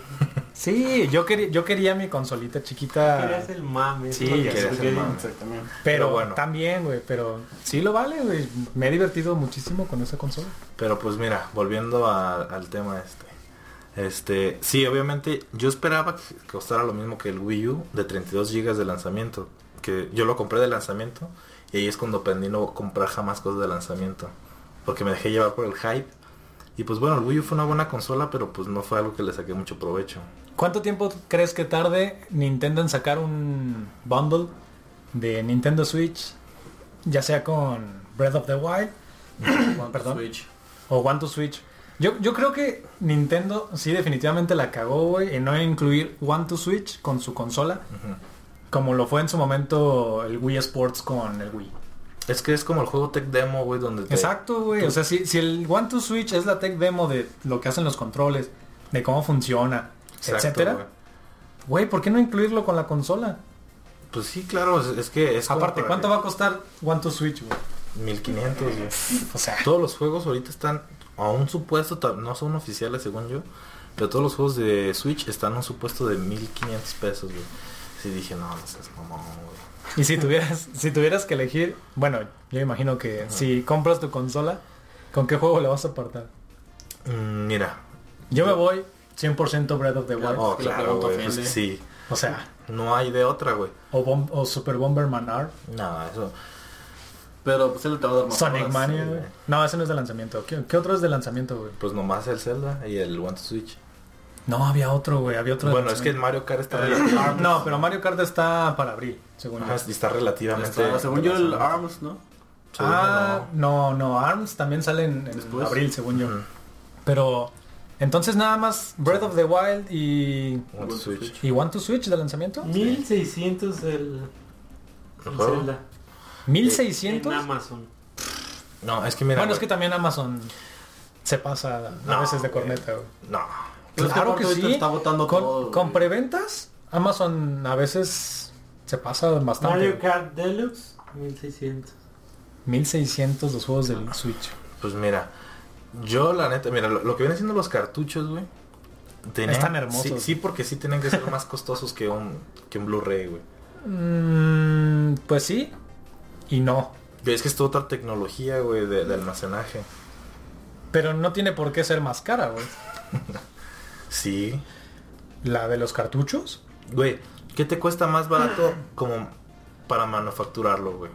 Speaker 2: Sí, yo, quería yo quería mi consolita chiquita.
Speaker 4: Querías el mame.
Speaker 2: Ah. Sí,
Speaker 4: es lo que
Speaker 3: querías el
Speaker 4: quería.
Speaker 3: mame.
Speaker 5: Exactamente.
Speaker 2: Pero,
Speaker 3: Pero bueno.
Speaker 2: también, güey, pero sí lo vale, güey. Me he divertido muchísimo con esa consola.
Speaker 3: Pero pues mira, volviendo a- al tema este. Este, sí, obviamente yo esperaba que costara lo mismo que el Wii U de 32 GB de lanzamiento. Que yo lo compré de lanzamiento y ahí es cuando aprendí no comprar jamás cosas de lanzamiento. Porque me dejé llevar por el hype. Y pues bueno, el Wii U fue una buena consola, pero pues no fue algo que le saqué mucho provecho.
Speaker 2: ¿Cuánto tiempo crees que tarde Nintendo en sacar un bundle de Nintendo Switch? Ya sea con Breath of the Wild Perdón.
Speaker 5: Switch.
Speaker 2: o One to Switch. Yo, yo creo que Nintendo sí definitivamente la cagó, güey, en no incluir One to Switch con su consola. Como lo fue en su momento el Wii Sports con el Wii.
Speaker 3: Es que es como el juego Tech Demo, güey, donde te-
Speaker 2: Exacto, güey. O sea, si, si el One to Switch es la tech demo de lo que hacen los controles, de cómo funciona,
Speaker 3: Exacto, güey.
Speaker 2: etcétera, güey, ¿por qué no incluirlo con la consola?
Speaker 3: Pues sí, claro, es, es que es... como
Speaker 2: Aparte,
Speaker 3: para
Speaker 2: ¿cuánto
Speaker 3: que-
Speaker 2: va a costar One to Switch, güey?
Speaker 3: 1500, güey.
Speaker 2: O sea,
Speaker 3: Todos los juegos ahorita están a un supuesto, ta- no son oficiales según yo, pero todos los juegos de Switch están a un supuesto de 1500 pesos, güey. Sí dije, no, no seas mamón, güey.
Speaker 2: y si tuvieras, si tuvieras que elegir, bueno, yo imagino que si compras tu consola, ¿con qué juego le vas a apartar?
Speaker 3: Mm, mira.
Speaker 2: Yo me voy 100% Breath of the Wild.
Speaker 3: Oh,
Speaker 5: es que la
Speaker 3: claro,
Speaker 5: pregunta
Speaker 3: güey. pues
Speaker 5: ofende.
Speaker 3: sí.
Speaker 2: O sea,
Speaker 3: No hay de otra, güey.
Speaker 2: o, Bom- o Super Bomberman R,
Speaker 3: Nada, eso.
Speaker 5: Pero pues él te va a dar más.
Speaker 2: Sonic
Speaker 5: horas.
Speaker 2: Mania,
Speaker 3: sí,
Speaker 2: güey.
Speaker 3: güey.
Speaker 2: No, ese no es de lanzamiento. ¿Qué, qué otro es de lanzamiento, güey?
Speaker 3: Pues nomás el Zelda y el One to Switch.
Speaker 2: No, había otro, güey. Había otro de
Speaker 3: Bueno, es que el
Speaker 2: lanzamiento.
Speaker 3: Mario Kart está,
Speaker 5: Ah, Este,
Speaker 2: No, pero Mario Kart está para abril, según yo.
Speaker 3: Ajá, y está relativamente...
Speaker 5: Está- según yo el este, ARMS, ¿no?
Speaker 3: Según yo,
Speaker 2: Ah, no, no, ARMS también sale en, en
Speaker 5: Después.
Speaker 2: abril, según
Speaker 5: mm,
Speaker 2: yo.
Speaker 3: Ujú.
Speaker 2: Pero entonces nada más Breath of the Wild y
Speaker 3: no. One to Switch.
Speaker 2: y One to Switch de lanzamiento?
Speaker 4: 1600 el,
Speaker 3: ¿El
Speaker 4: el
Speaker 3: juego?
Speaker 4: Zelda en
Speaker 2: 1600.
Speaker 4: Amazon.
Speaker 3: No, es que mira...
Speaker 2: bueno, es que
Speaker 3: güey,
Speaker 2: también Amazon se pasa a
Speaker 3: No,
Speaker 2: veces de
Speaker 3: güey.
Speaker 2: corneta, güey.
Speaker 3: No.
Speaker 5: Pero eh, pues es
Speaker 2: Claro
Speaker 5: aparte
Speaker 2: que
Speaker 5: ahorita
Speaker 2: sí.
Speaker 5: Está botando
Speaker 2: Con,
Speaker 5: todo,
Speaker 2: con
Speaker 5: güey.
Speaker 2: preventas, Amazon a veces se pasa bastante.
Speaker 4: Mario Kart Deluxe 1600.
Speaker 2: 1600 los juegos
Speaker 5: Ah.
Speaker 2: del Switch.
Speaker 3: Pues mira, yo la neta, mira, lo, lo que vienen siendo los cartuchos, güey. tenían-
Speaker 2: Están hermosos.
Speaker 3: Sí, sí, porque sí tienen que ser más costosos que un, que un Blu-ray, güey.
Speaker 2: Mm, pues sí y no.
Speaker 3: Pero Es que es toda otra tecnología, güey, de, de almacenaje.
Speaker 2: Pero no tiene por qué ser más cara, güey.
Speaker 3: Sí.
Speaker 2: La de los cartuchos.
Speaker 3: Güey, ¿qué te cuesta más barato como para manufacturarlo, güey?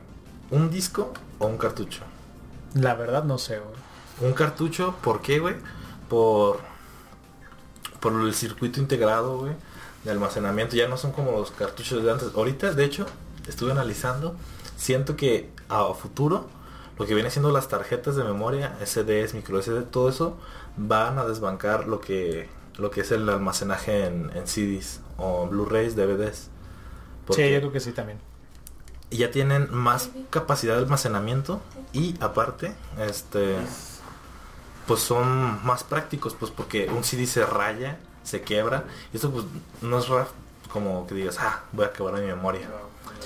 Speaker 3: ¿Un disco o un cartucho?
Speaker 2: La verdad no sé, güey.
Speaker 3: Un cartucho, ¿por qué, güey? Por, por el circuito integrado, güey, de almacenamiento. Ya no son como los cartuchos de antes. Ahorita, de hecho, estuve analizando. Siento que a futuro, lo que viene siendo las tarjetas de memoria, SDs, micro SD, todo eso, van a desbancar lo que, lo que es el almacenaje en, en CDs o Blu-rays, DVDs.
Speaker 2: Sí, yo
Speaker 3: Porque-
Speaker 2: creo que sí también.
Speaker 3: y ya tienen más capacidad de almacenamiento y aparte este pues son más prácticos pues porque un CD se raya se quiebra y esto pues no es ra- como que digas ah voy a acabar mi memoria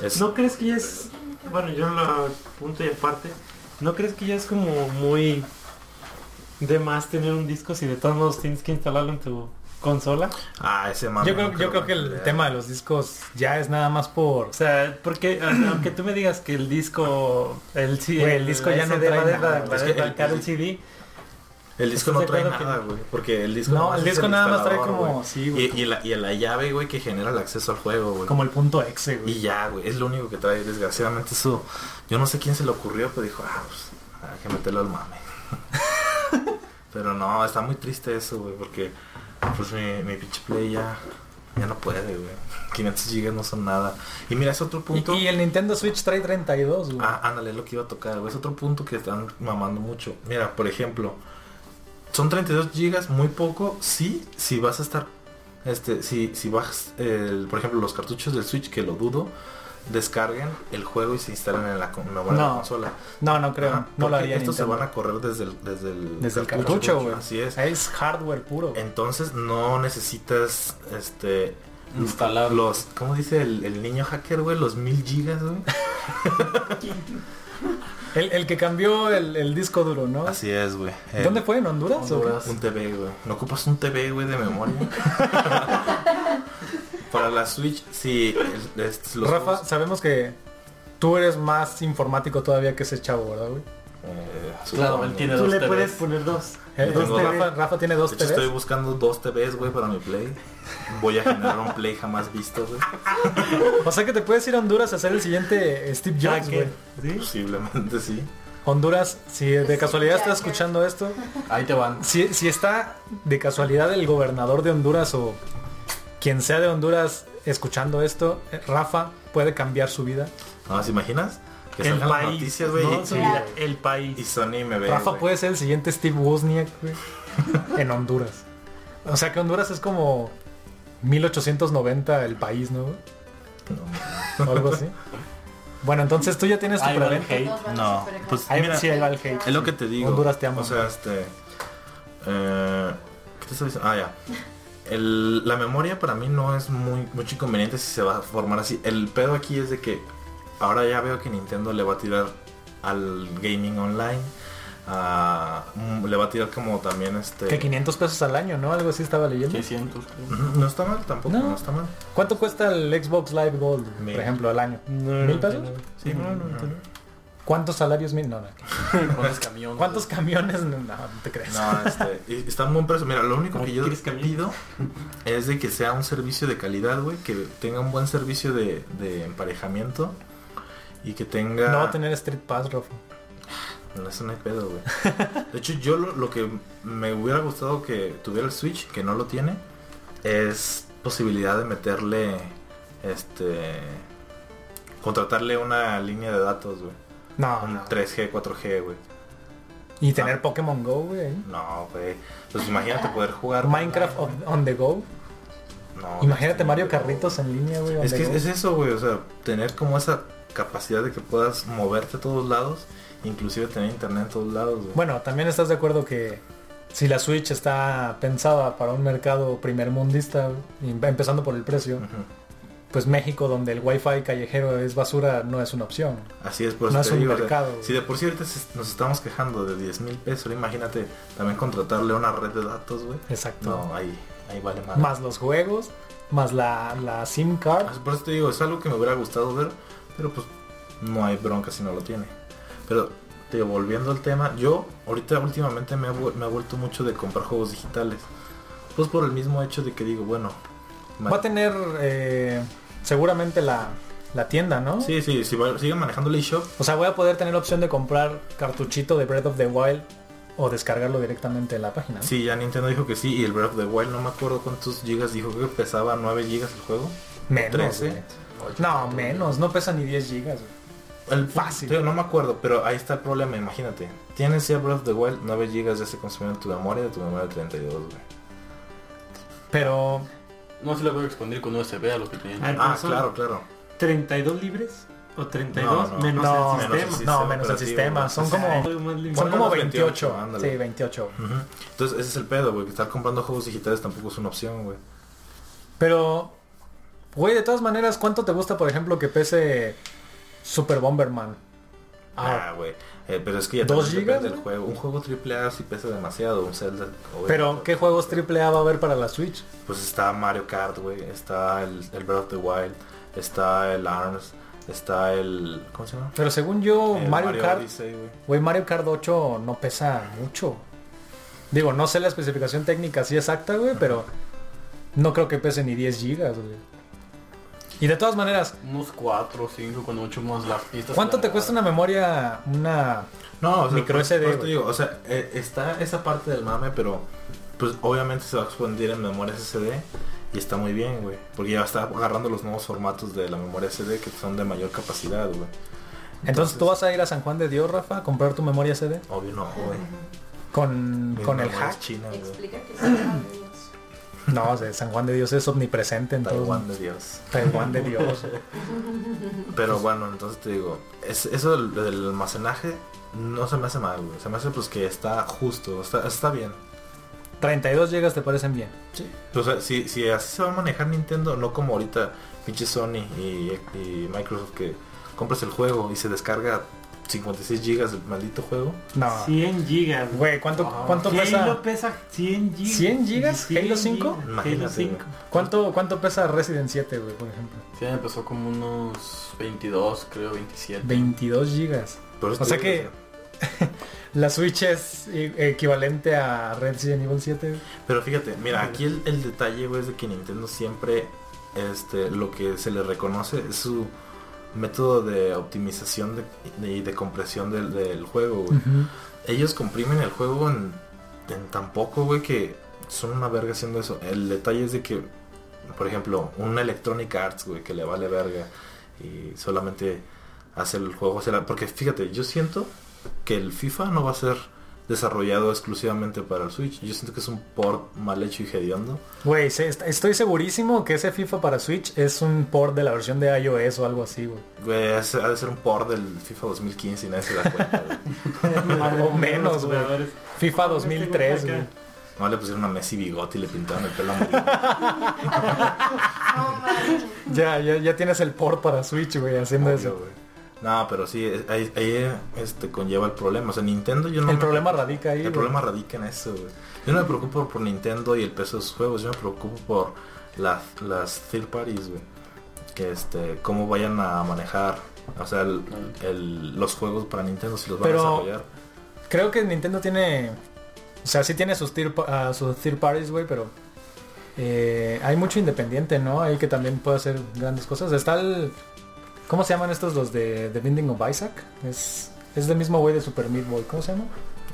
Speaker 3: es
Speaker 4: ¿No crees que ya es... Bueno, yo lo punto y aparte. ¿No crees que ya es como muy de más tener un disco si de todos modos tienes que instalarlo en tu consola?
Speaker 3: ah ese mame
Speaker 2: Yo creo,
Speaker 3: nunca
Speaker 2: yo
Speaker 3: lo
Speaker 2: creo
Speaker 3: van
Speaker 2: que
Speaker 3: a
Speaker 2: el
Speaker 3: entender.
Speaker 2: tema de los discos ya es nada más por...
Speaker 4: O sea, porque o sea, aunque tú me digas que el disco, el, sí,
Speaker 2: Güey, el disco ya no
Speaker 4: SD
Speaker 2: trae
Speaker 4: va a
Speaker 2: nada,
Speaker 4: desba-
Speaker 2: güey.
Speaker 4: va a
Speaker 3: Es que el-
Speaker 4: desbancar el CD,
Speaker 3: el disco
Speaker 4: ¿Estás
Speaker 3: no
Speaker 4: de
Speaker 3: trae
Speaker 4: acuerdo que
Speaker 3: nada
Speaker 4: no?
Speaker 3: güey porque el disco
Speaker 2: No,
Speaker 3: nomás
Speaker 2: el
Speaker 3: es
Speaker 2: disco nada más trae
Speaker 3: instalador,
Speaker 2: como...
Speaker 3: güey.
Speaker 2: Sí, güey,
Speaker 3: y, y la, y la llave güey que genera el acceso al juego güey
Speaker 2: Como el punto exe,
Speaker 3: Y
Speaker 2: güey.
Speaker 3: ya, güey, es lo único que trae, desgraciadamente eso. Yo no sé quién se le ocurrió, pero dijo, ah, pues, hay que meterlo al mame. pero no, está muy triste eso, güey, porque pues mi, mi pinche play ya, ya no puede, güey. 500 gigas no son nada. Y mira, es otro punto.
Speaker 2: Y, y el Nintendo Switch trae 32, güey.
Speaker 3: Ah, ándale, es lo que iba a tocar, güey. Es otro punto que están mamando mucho. Mira, por ejemplo, son 32 gigas, muy poco. Sí, si vas a estar. Este, si, si bajas, el, por ejemplo, los cartuchos del Switch, que lo dudo, descarguen el juego y se instalen en la, con- la buena
Speaker 2: No.
Speaker 3: consola.
Speaker 2: No, no creo.
Speaker 3: Ajá,
Speaker 2: no lo
Speaker 3: Ah, porque
Speaker 2: haría
Speaker 3: Estos
Speaker 2: Nintendo.
Speaker 3: se van a correr desde el, desde el,
Speaker 2: Desde el cartucho, güey.
Speaker 3: Así es.
Speaker 2: Es hardware puro. güey.
Speaker 3: Entonces no necesitas este
Speaker 5: Instalar.
Speaker 3: los ¿cómo dice el, el niño hacker, güey? Los mil gigas, güey.
Speaker 2: El, el que cambió el, el disco duro, ¿no?
Speaker 3: Así es, güey. El-
Speaker 2: ¿Dónde fue? ¿En Honduras? o qué?
Speaker 5: Honduras.
Speaker 3: Un TV, güey. No ocupas un TV, güey, de memoria. Para la Switch, sí. el- es- los
Speaker 2: Rafa,
Speaker 3: juegos,
Speaker 2: sabemos que tú eres más informático todavía que ese chavo, ¿verdad, güey?
Speaker 3: eh,
Speaker 5: Claro, él
Speaker 3: supongo.
Speaker 5: tiene
Speaker 4: Tú
Speaker 5: dos
Speaker 4: le
Speaker 5: TVs.
Speaker 4: puedes poner dos.
Speaker 2: Eh,
Speaker 3: Yo tengo-
Speaker 2: Rafa, Rafa tiene dos
Speaker 3: De hecho, estoy
Speaker 2: TVs.
Speaker 3: buscando dos TVs, güey, para mi Play. Voy a generar un Play jamás visto, güey.
Speaker 2: O sea que te puedes ir a Honduras a hacer el siguiente Steve
Speaker 3: Ah,
Speaker 2: Jobs, güey.
Speaker 4: ¿Sí?
Speaker 3: Posiblemente sí.
Speaker 2: Honduras, si de
Speaker 1: Steve
Speaker 2: casualidad estás
Speaker 1: Jobs.
Speaker 2: escuchando esto,
Speaker 5: Ahí te van.
Speaker 2: si, si está de casualidad el gobernador de Honduras o quien sea de Honduras escuchando esto, eh, Rafa puede cambiar su vida.
Speaker 3: ¿No ¿se imaginas? Que
Speaker 4: El
Speaker 3: salgan las
Speaker 4: país.
Speaker 3: noticias, güey.
Speaker 4: no,
Speaker 3: y-
Speaker 4: su vida, el país.
Speaker 3: y Sony me ve.
Speaker 2: Rafa
Speaker 3: güey.
Speaker 2: puede ser el siguiente Steve Wozniak güey, en Honduras. O sea que Honduras es como 1890 el país, ¿no? güey?
Speaker 3: No, mames.
Speaker 2: O algo así. Bueno, entonces tú ya tienes tu
Speaker 5: Ahí va el
Speaker 2: preventa.
Speaker 5: hate.
Speaker 1: Todos van a
Speaker 3: No,
Speaker 1: super enojar.
Speaker 3: pues
Speaker 2: Ahí
Speaker 3: mira,
Speaker 2: sí, ahí va el hate.
Speaker 3: es lo que te digo.
Speaker 2: Honduras te ama.
Speaker 3: O sea, este. eh, ¿Qué te estoy diciendo? Ah, ya. El- la memoria para mí no es muy mucho inconveniente si se va a formar así. El pedo aquí es de que ahora ya veo que Nintendo le va a tirar al gaming online. a- mm, le va a tirar como también este.
Speaker 2: Que 500 pesos al año, ¿no? Algo así estaba leyendo.
Speaker 5: 600. creo.
Speaker 3: Ujú, No está mal tampoco,
Speaker 2: No.
Speaker 3: no, está mal.
Speaker 2: ¿Cuánto cuesta el Xbox Live Gold,
Speaker 3: Mil.
Speaker 2: por ejemplo, al año?
Speaker 4: No,
Speaker 2: ¿Mil
Speaker 4: no,
Speaker 2: pesos?
Speaker 4: no.
Speaker 3: Sí,
Speaker 4: No,
Speaker 3: no,
Speaker 4: no,
Speaker 3: no.
Speaker 2: ¿Cuántos salarios mil? No, no.
Speaker 5: ¿Cuántos camiones?
Speaker 2: ¿Cuántos camiones? No, no te crees.
Speaker 3: Pues, No, este, y- está en buen precio. Mira, lo único
Speaker 4: ¿Cómo
Speaker 3: que yo
Speaker 4: quieres que me-
Speaker 3: pido es de que sea un servicio de calidad, güey, que tenga un buen servicio de, de emparejamiento y que tenga...
Speaker 2: No va a tener Street Pass, Rafa.
Speaker 3: No, eso no hay pedo, güey. De hecho, yo lo, lo que me hubiera gustado que tuviera el Switch, que no lo tiene, es posibilidad de meterle, este... Contratarle una línea de datos, güey.
Speaker 2: Ah, No,
Speaker 3: Un
Speaker 2: no.
Speaker 3: 3G, 4G, güey.
Speaker 2: Y tener Pokémon Go, güey. ahí.
Speaker 3: No, güey. Pues imagínate poder jugar...
Speaker 2: Minecraft on, on the go.
Speaker 3: No,
Speaker 2: Imagínate
Speaker 3: este,
Speaker 2: Mario
Speaker 3: no.
Speaker 2: Carritos en línea, güey. on
Speaker 3: Es
Speaker 2: the
Speaker 3: que
Speaker 2: go.
Speaker 3: es eso, güey, o sea, tener como esa capacidad de que puedas moverte a todos lados, inclusive tener internet en todos lados, güey.
Speaker 2: Bueno, también estás de acuerdo que si la Switch está pensada para un mercado primermundista, y em, empezando por el precio,
Speaker 3: Ujú.
Speaker 2: pues México, donde el wifi callejero es basura, no es una opción.
Speaker 3: Así es, por
Speaker 2: no es
Speaker 3: eso Pues te
Speaker 2: un
Speaker 3: digo, o sea,
Speaker 2: mercado, güey.
Speaker 3: si de por sí ahorita se- nos estamos quejando de 10 mil pesos, ahora imagínate también contratarle una red de datos, güey.
Speaker 2: Exacto.
Speaker 3: No, ahí, ahí vale más.
Speaker 2: más los juegos, más la, la SIM card.
Speaker 3: Pues, Por eso te digo, es algo que me hubiera gustado ver, pero pues no hay bronca si no lo tiene. Pero te digo, volviendo al tema, yo ahorita últimamente me he, vu- me he vuelto mucho de comprar juegos digitales. Pues por el mismo hecho de que digo, bueno, ma-
Speaker 2: Va a tener eh, seguramente la, la tienda, ¿no?
Speaker 3: Sí, sí, si va- sigue manejando el eShop,
Speaker 2: O sea, voy a poder tener la opción de comprar cartuchito de Breath of the Wild o descargarlo directamente en la página. ¿no?
Speaker 3: sí, ya Nintendo dijo que sí, y el Breath of the Wild, no me acuerdo cuántos gigas dijo, creo que pesaba 9 gigas el juego.
Speaker 2: Menos.
Speaker 3: 13.
Speaker 2: güey. No, menos. No pesa ni 10 gigas. güey.
Speaker 3: El
Speaker 2: Fácil.
Speaker 3: Te digo, no me acuerdo, pero ahí está el problema, imagínate. Tienes ya Breath of the Wild, 9 gigas ya se consumieron en tu memoria, de tu memoria de 32, güey.
Speaker 2: Pero
Speaker 5: No se le puede expandir con USB a lo que
Speaker 4: A
Speaker 5: tiene.
Speaker 4: ver,
Speaker 3: Ah,
Speaker 4: pero son
Speaker 3: claro, claro.
Speaker 4: 32 libres o 32
Speaker 3: No, no.
Speaker 4: menos
Speaker 2: No,
Speaker 4: el
Speaker 2: menos
Speaker 4: sistema.
Speaker 3: el
Speaker 2: no,
Speaker 3: sistema
Speaker 2: menos el
Speaker 3: operativo,
Speaker 2: sistema.
Speaker 3: güey.
Speaker 2: Son
Speaker 3: O
Speaker 2: como,
Speaker 4: Ay, más libre.
Speaker 2: son
Speaker 3: ponle
Speaker 2: como
Speaker 3: unos
Speaker 2: 28.
Speaker 3: 28, ándale.
Speaker 2: sí, 28.
Speaker 3: Ujú. Entonces ese es el pedo, güey. Que estar comprando juegos digitales tampoco es una opción, güey.
Speaker 2: Pero, güey, de todas maneras, ¿cuánto te gusta, por ejemplo, que pese Super Bomberman?
Speaker 3: Ah, güey. Eh, pero es que ya
Speaker 2: ¿Dos
Speaker 3: también
Speaker 2: gigas,
Speaker 3: depende del
Speaker 2: güey?
Speaker 3: juego. Un juego AAA sí pesa demasiado. Un Zelda. obviamente.
Speaker 2: Pero, ¿qué juegos AAA va a haber para la Switch?
Speaker 3: Pues está Mario Kart, güey. Está el, el Breath of the Wild. Está el ARMS. Está el... ¿Cómo se llama?
Speaker 2: Pero según yo,
Speaker 3: El
Speaker 2: Oh, Mario, Kart,
Speaker 3: Odyssey, güey.
Speaker 2: güey, Mario Kart 8 no pesa mucho. Digo, no sé la especificación técnica así exacta, güey, pero no creo que pese ni 10 gigas, güey. Y de todas maneras,
Speaker 5: Unos 4, 5, con 8 más las pistas.
Speaker 2: ¿cuánto te cuesta una memoria, una
Speaker 3: No, o sea,
Speaker 2: Micro
Speaker 3: por-
Speaker 2: SD,
Speaker 3: por eso te
Speaker 2: güey.
Speaker 3: digo, o sea, eh, está esa parte del mame, pero pues obviamente se va a expandir en memoria SSD y está muy bien, güey, porque ya está agarrando los nuevos formatos de la memoria SD que son de mayor capacidad, güey.
Speaker 2: Entonces tú vas a ir a San Juan de Dios, Rafa, a comprar tu memoria CD
Speaker 3: Obvio no, güey.
Speaker 2: con,
Speaker 3: Mi
Speaker 2: con el
Speaker 3: memoria es
Speaker 2: hack.
Speaker 3: china, güey.
Speaker 1: Explica que son amigos.
Speaker 2: No, o sea, San Juan de Dios es omnipresente en
Speaker 3: Taiwán
Speaker 2: todo.
Speaker 3: de Dios.
Speaker 2: Taiwán de Dios.
Speaker 3: Pero bueno, entonces te digo, es- eso del, del almacenaje no se me hace mal, güey. Se me hace pues que está justo, está, está bien.
Speaker 2: 32 gigas te parecen bien.
Speaker 3: O sea, si, si así se va a manejar Nintendo, no como ahorita pinche Sony y, y Microsoft que compras el juego y se descarga 56 gigas del maldito juego.
Speaker 2: No.
Speaker 4: 100 gigas. Ah.
Speaker 2: Güey, ¿cuánto,
Speaker 3: Ah,
Speaker 2: cuánto pesa?
Speaker 4: Halo pesa 100 gigas.
Speaker 2: 100 gigas,
Speaker 4: 100
Speaker 2: Halo 5?
Speaker 4: gigas, Halo
Speaker 3: Imagínate,
Speaker 4: 5.
Speaker 2: ¿Cuánto, ¿Cuánto pesa Resident 7, güey, por ejemplo?
Speaker 5: Sí, empezó como unos 22, creo, 27.
Speaker 2: 22 gigas.
Speaker 3: Por eso
Speaker 2: O
Speaker 3: te
Speaker 2: sea
Speaker 3: digo,
Speaker 2: que- La Switch es i- equivalente a Resident Evil 7. güey.
Speaker 3: Pero fíjate, mira, aquí el, el detalle, güey, es de que Nintendo siempre, este, lo que se le reconoce es su método de optimización de- de- y de compresión del, del juego, güey. Ellos comprimen el juego en, en tan poco, güey, que son una verga haciendo eso. El detalle es de que, por ejemplo, una Electronic Arts, güey, que le vale verga y solamente hace el juego. se la- Porque fíjate, yo siento que el FIFA no va a ser desarrollado exclusivamente para el Switch. Yo siento que es un port mal hecho y hediondo.
Speaker 2: Güey, se- est- estoy segurísimo que ese FIFA para Switch es un port de la versión de iOS o algo así, güey.
Speaker 3: Güey, es- ha de ser un port del FIFA 2015 y nadie se da cuenta, güey.
Speaker 2: O menos, güey.
Speaker 4: jugadores.
Speaker 2: FIFA 2003,
Speaker 4: Acá.
Speaker 2: güey.
Speaker 3: No le pusieron a Messi bigote y le pintaron el pelo amarillo.
Speaker 7: No manches.
Speaker 2: Ya, ya, ya tienes el port para Switch, güey, haciendo
Speaker 3: Obvio,
Speaker 2: eso.
Speaker 3: güey. No, pero sí, es- ahí, ahí, este, conlleva el problema. O sea, Nintendo yo no...
Speaker 2: El
Speaker 3: me-
Speaker 2: problema radica ahí.
Speaker 3: El
Speaker 2: güey.
Speaker 3: problema radica en eso, güey. Yo no me preocupo por Nintendo y el peso de sus juegos. Yo me preocupo por las, las third parties, güey. Que, este, cómo vayan a manejar... O sea, el- el- los juegos para Nintendo si los van
Speaker 2: Pero-
Speaker 3: a desarrollar.
Speaker 2: Creo que Nintendo tiene. O sea, sí tiene sus third, pa- ah, sus third parties, güey, pero. eh, hay mucho independiente, ¿no? Ahí que también puede hacer grandes cosas. Está el. ¿Cómo se llaman estos los de The Binding of Isaac? Es, es del mismo güey de Super Meat Boy. ¿Cómo se llama?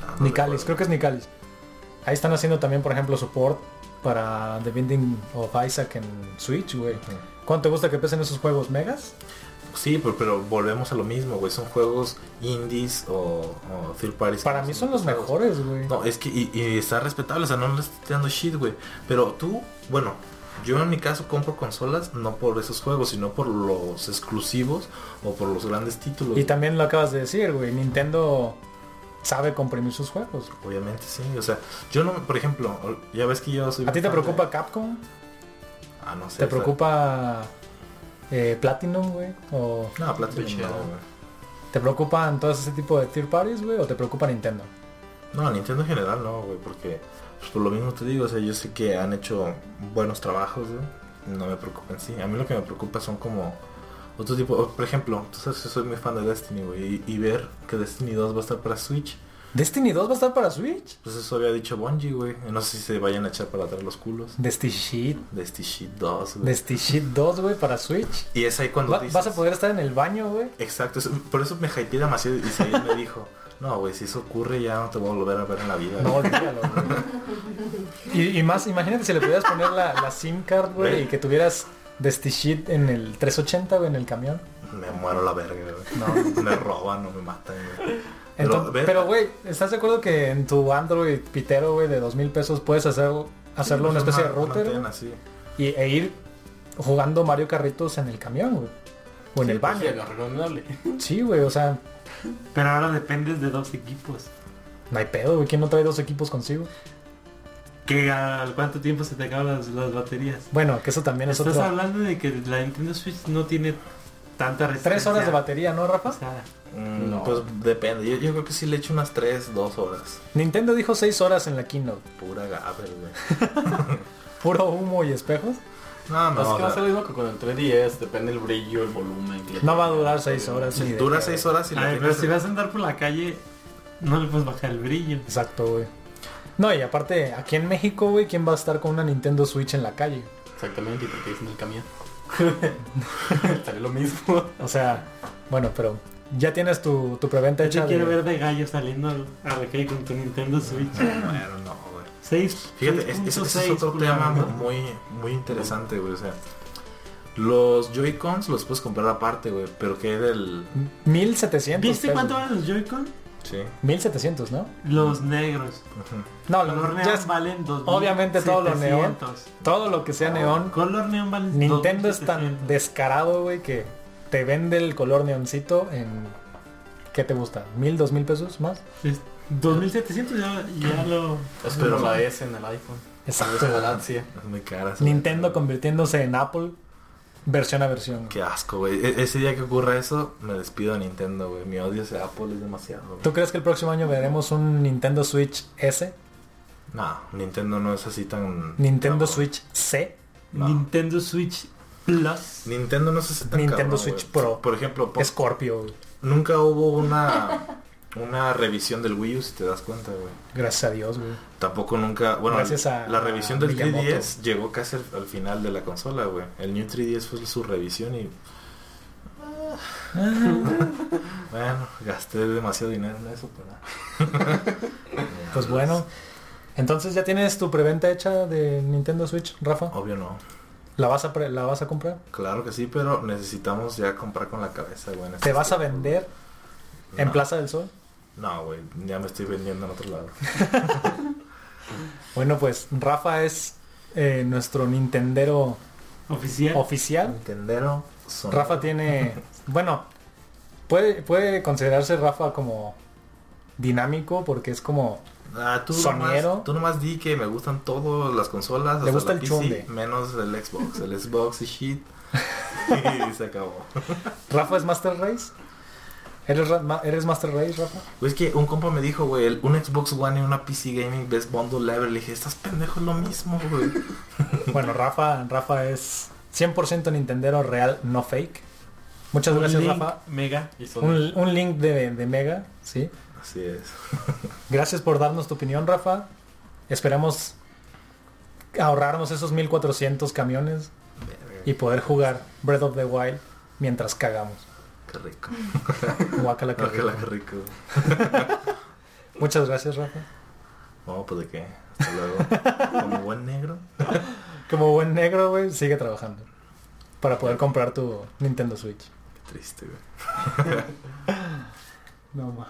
Speaker 3: Ah, no
Speaker 2: Nicalis, creo
Speaker 3: recuerdo.
Speaker 2: que es Nicalis. Ahí están haciendo también, por ejemplo, support para The Binding of Isaac en Switch, güey. ¿Cuánto te gusta que pesen esos juegos? ¿Megas?
Speaker 3: Sí, pero, pero volvemos a lo mismo, güey. Son juegos indies o, o third parties.
Speaker 2: Para
Speaker 3: que
Speaker 2: mí son los
Speaker 3: pesados.
Speaker 2: mejores, güey.
Speaker 3: No, es que y, y está respetable, o sea, no le estoy tirando shit, güey. Pero tú, bueno, yo en mi caso compro consolas no por esos juegos, sino por los exclusivos o por los grandes títulos.
Speaker 2: Y también lo acabas de decir, güey. Nintendo sabe comprimir sus juegos.
Speaker 3: Obviamente, sí. O sea, yo no, por ejemplo, ya ves que yo soy...
Speaker 2: ¿A ti te
Speaker 3: fan de-
Speaker 2: preocupa Capcom?
Speaker 3: Ah, no sé.
Speaker 2: ¿Te
Speaker 3: o sea,
Speaker 2: preocupa eh, Platinum, güey? ¿O
Speaker 3: No, Platinum
Speaker 5: Pichero.
Speaker 3: no, güey.
Speaker 2: te preocupan todo ese tipo de third parties, güey? ¿O te preocupa Nintendo?
Speaker 3: No, Nintendo en general no, güey, porque pues, por lo mismo te digo, o sea, yo sé que han hecho buenos trabajos, güey. No me preocupan, sí. A mí lo que me preocupa son como otro tipo, o, por ejemplo, tú sabes que soy muy fan de Destiny, güey, y, y ver que Destiny 2 va a estar para Switch,
Speaker 2: ¿Destiny 2 va a estar para Switch?
Speaker 3: pues eso había dicho Bungie, güey. No sé si se vayan a echar para atrás los culos.
Speaker 2: Destiny Shit.
Speaker 3: Destiny Shit 2, güey.
Speaker 2: Destiny Shit 2, güey, para Switch.
Speaker 3: y es ahí cuando
Speaker 2: Va-
Speaker 3: dices-
Speaker 2: vas a poder estar en el baño, güey.
Speaker 3: Exacto, eso- por eso me hypeé demasiado y Said me dijo, no, güey, si eso ocurre ya no te voy a volver a ver en la vida.
Speaker 2: No,
Speaker 3: güey".
Speaker 2: olvídalo, güey. Y, y más, imagínate si le pudieras poner la, la SIM card, güey, y que tuvieras Destiny Shit en el 380, güey, en el camión.
Speaker 3: Me muero la verga, güey. No, me roban, no me matan, güey. Pero,
Speaker 2: Entonces-
Speaker 3: ver-
Speaker 2: pero, güey, ¿estás de acuerdo que en tu Android pitero, güey, de dos mil pesos puedes hacer, hacerlo una especie de router
Speaker 3: antena,
Speaker 2: güey,
Speaker 3: sí.
Speaker 2: y, e ir jugando Mario Carritos en el camión, güey? O en
Speaker 4: pues,
Speaker 2: el baño.
Speaker 5: lo recomendable.
Speaker 2: Sí, güey, o sea,
Speaker 4: Pero ahora dependes de dos equipos.
Speaker 2: no hay pedo, güey. ¿Quién no trae dos equipos consigo?
Speaker 4: Que al cuánto tiempo se te acaban las, las baterías.
Speaker 2: Bueno, que eso también es
Speaker 4: Estás
Speaker 2: otro.
Speaker 4: hablando de que la Nintendo Switch no tiene tanta resistencia.
Speaker 2: Tres horas de batería, ¿no,
Speaker 4: O
Speaker 2: Rafa?
Speaker 4: sea,
Speaker 3: Mm,
Speaker 5: No.
Speaker 3: Pues depende. Yo, yo creo que sí le echo unas 3, 2 horas.
Speaker 2: Nintendo dijo seis horas en la keynote.
Speaker 3: Pura gaber, güey.
Speaker 2: Puro humo y espejos.
Speaker 3: No,
Speaker 5: Pues
Speaker 3: no.
Speaker 5: es que va
Speaker 3: o
Speaker 5: a ser
Speaker 3: sea,
Speaker 5: lo mismo que con el 3DS, depende el brillo, el volumen. que le-
Speaker 2: No va a durar seis horas. ni de
Speaker 3: dura
Speaker 2: pedo.
Speaker 3: 6 horas y
Speaker 4: a
Speaker 3: la
Speaker 4: ver, pero
Speaker 3: tienes-
Speaker 4: si vas a andar por la calle, no le puedes bajar el brillo.
Speaker 2: Exacto, güey. No, y aparte, aquí en México, güey, ¿quién va a estar con una Nintendo Switch en la calle?
Speaker 5: Exactamente, y te quedas en el camión. Estaré lo mismo.
Speaker 2: O sea, bueno, pero ya tienes tu, tu preventa
Speaker 4: Yo
Speaker 2: hecha.
Speaker 4: te
Speaker 2: de-
Speaker 4: quiero ver de gallo saliendo a la calle con tu Nintendo Switch.
Speaker 3: Bueno, no, güey.
Speaker 4: Seis.
Speaker 2: este,
Speaker 3: Fíjate, es- ese ese es
Speaker 4: 6.6
Speaker 3: otro tema
Speaker 4: pulgadas.
Speaker 3: muy, muy interesante, güey. O sea, los Joy-Cons los puedes comprar aparte, güey. Pero que del...
Speaker 2: 1700.
Speaker 4: ¿Viste
Speaker 2: pesos.
Speaker 4: cuánto valen los Joy-Con?
Speaker 3: Sí.
Speaker 2: 1700, ¿no?
Speaker 4: Los negros.
Speaker 3: Ujú.
Speaker 2: No, lo-
Speaker 4: Color neón
Speaker 2: ya es-
Speaker 4: valen 2.700.
Speaker 2: obviamente todo lo neón. todo lo que sea neón.
Speaker 4: Color neón valen
Speaker 2: Nintendo es
Speaker 4: 2.700.
Speaker 2: tan descarado, güey, que te vende el color neoncito en... ¿Qué te gusta? ¿Mil, dos mil pesos más?
Speaker 4: Es 2700 ya, ya lo...
Speaker 5: Espero la S en el iPhone.
Speaker 2: Exacto.
Speaker 5: Galaxia.
Speaker 3: Es muy cara. esa
Speaker 2: Nintendo
Speaker 3: neta.
Speaker 2: convirtiéndose en Apple versión a versión. güey.
Speaker 3: Qué asco, güey. E- ese día que ocurra eso, me despido de Nintendo, güey. Mi odio hacia Apple es demasiado. güey.
Speaker 2: ¿Tú crees que el próximo año veremos un Nintendo Switch S?
Speaker 3: No, Nintendo no es así tan...
Speaker 2: ¿Nintendo
Speaker 3: cabrón.
Speaker 2: Switch C?
Speaker 3: No.
Speaker 4: Nintendo Switch Plus.
Speaker 3: Nintendo no es así tan
Speaker 2: Nintendo
Speaker 3: cabrón,
Speaker 2: Switch
Speaker 3: güey.
Speaker 2: Pro.
Speaker 3: Por ejemplo, po-
Speaker 2: Scorpio, güey.
Speaker 3: nunca hubo una... Una revisión del Wii U, si te das cuenta, güey.
Speaker 2: Gracias a Dios, güey.
Speaker 3: Tampoco nunca... Bueno,
Speaker 2: Gracias a-
Speaker 3: la revisión
Speaker 2: a
Speaker 3: del
Speaker 2: Miyamoto.
Speaker 3: 3DS llegó casi al, al final de la consola, güey. El New 3DS fue su revisión y... Bueno, gasté demasiado dinero en eso, pero...
Speaker 2: Pues bueno. Entonces ya tienes tu preventa hecha de Nintendo Switch, Rafa.
Speaker 3: Obvio no.
Speaker 2: ¿La vas a, pre- la vas a comprar?
Speaker 3: Claro que sí, pero necesitamos ya comprar con la cabeza, güey. en
Speaker 2: ¿Te
Speaker 3: estos
Speaker 2: vas a
Speaker 3: tiempos, güey.
Speaker 2: vender en
Speaker 3: No.
Speaker 2: Plaza del Sol?
Speaker 3: No, güey, ya me estoy vendiendo en otro lado.
Speaker 2: Bueno, pues Rafa es eh, nuestro Nintendero
Speaker 4: Oficial.
Speaker 2: oficial.
Speaker 3: Nintendero son...
Speaker 2: Rafa tiene, bueno, puede, puede considerarse Rafa como dinámico porque es como,
Speaker 3: Ah, tú
Speaker 2: Soniero.
Speaker 3: Nomás, tú nomás di que me gustan todas las consolas.
Speaker 2: Le
Speaker 3: hasta
Speaker 2: gusta
Speaker 3: la
Speaker 2: el
Speaker 3: PC,
Speaker 2: chunde.
Speaker 3: Menos el Xbox. El Xbox y shit. y se acabó.
Speaker 2: Rafa es Master Race. ¿Eres, Ra- ma- ¿Eres Master Race, Rafa?
Speaker 3: Pues es que un compa me dijo, güey, el- un Xbox One y una PC Gaming Best Bundle Ever. Le dije, estás pendejo, es lo mismo, güey.
Speaker 2: Bueno, Rafa, Rafa es 100% Nintendero real, no fake. Muchas
Speaker 4: Un
Speaker 2: gracias,
Speaker 4: link
Speaker 2: Rafa.
Speaker 4: Mega.
Speaker 5: Y son
Speaker 2: Un, un link de, de Mega, ¿sí?
Speaker 3: Así es.
Speaker 2: Gracias por darnos tu opinión, Rafa. Esperamos ahorrarnos esos 1400 camiones y poder jugar Breath of the Wild mientras cagamos.
Speaker 3: Qué rico.
Speaker 2: Guácala, qué
Speaker 3: Ojalá, qué
Speaker 2: rico.
Speaker 3: rico.
Speaker 2: Muchas gracias, Rafa.
Speaker 3: No, pues de qué. Hasta luego. Como buen negro.
Speaker 2: Como buen negro, güey, sigue trabajando. Para poder comprar tu Nintendo Switch.
Speaker 3: Qué triste, güey.
Speaker 2: No más.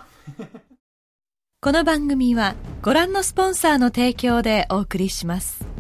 Speaker 6: この番組はご覧のスポンサーの提供でお送りします。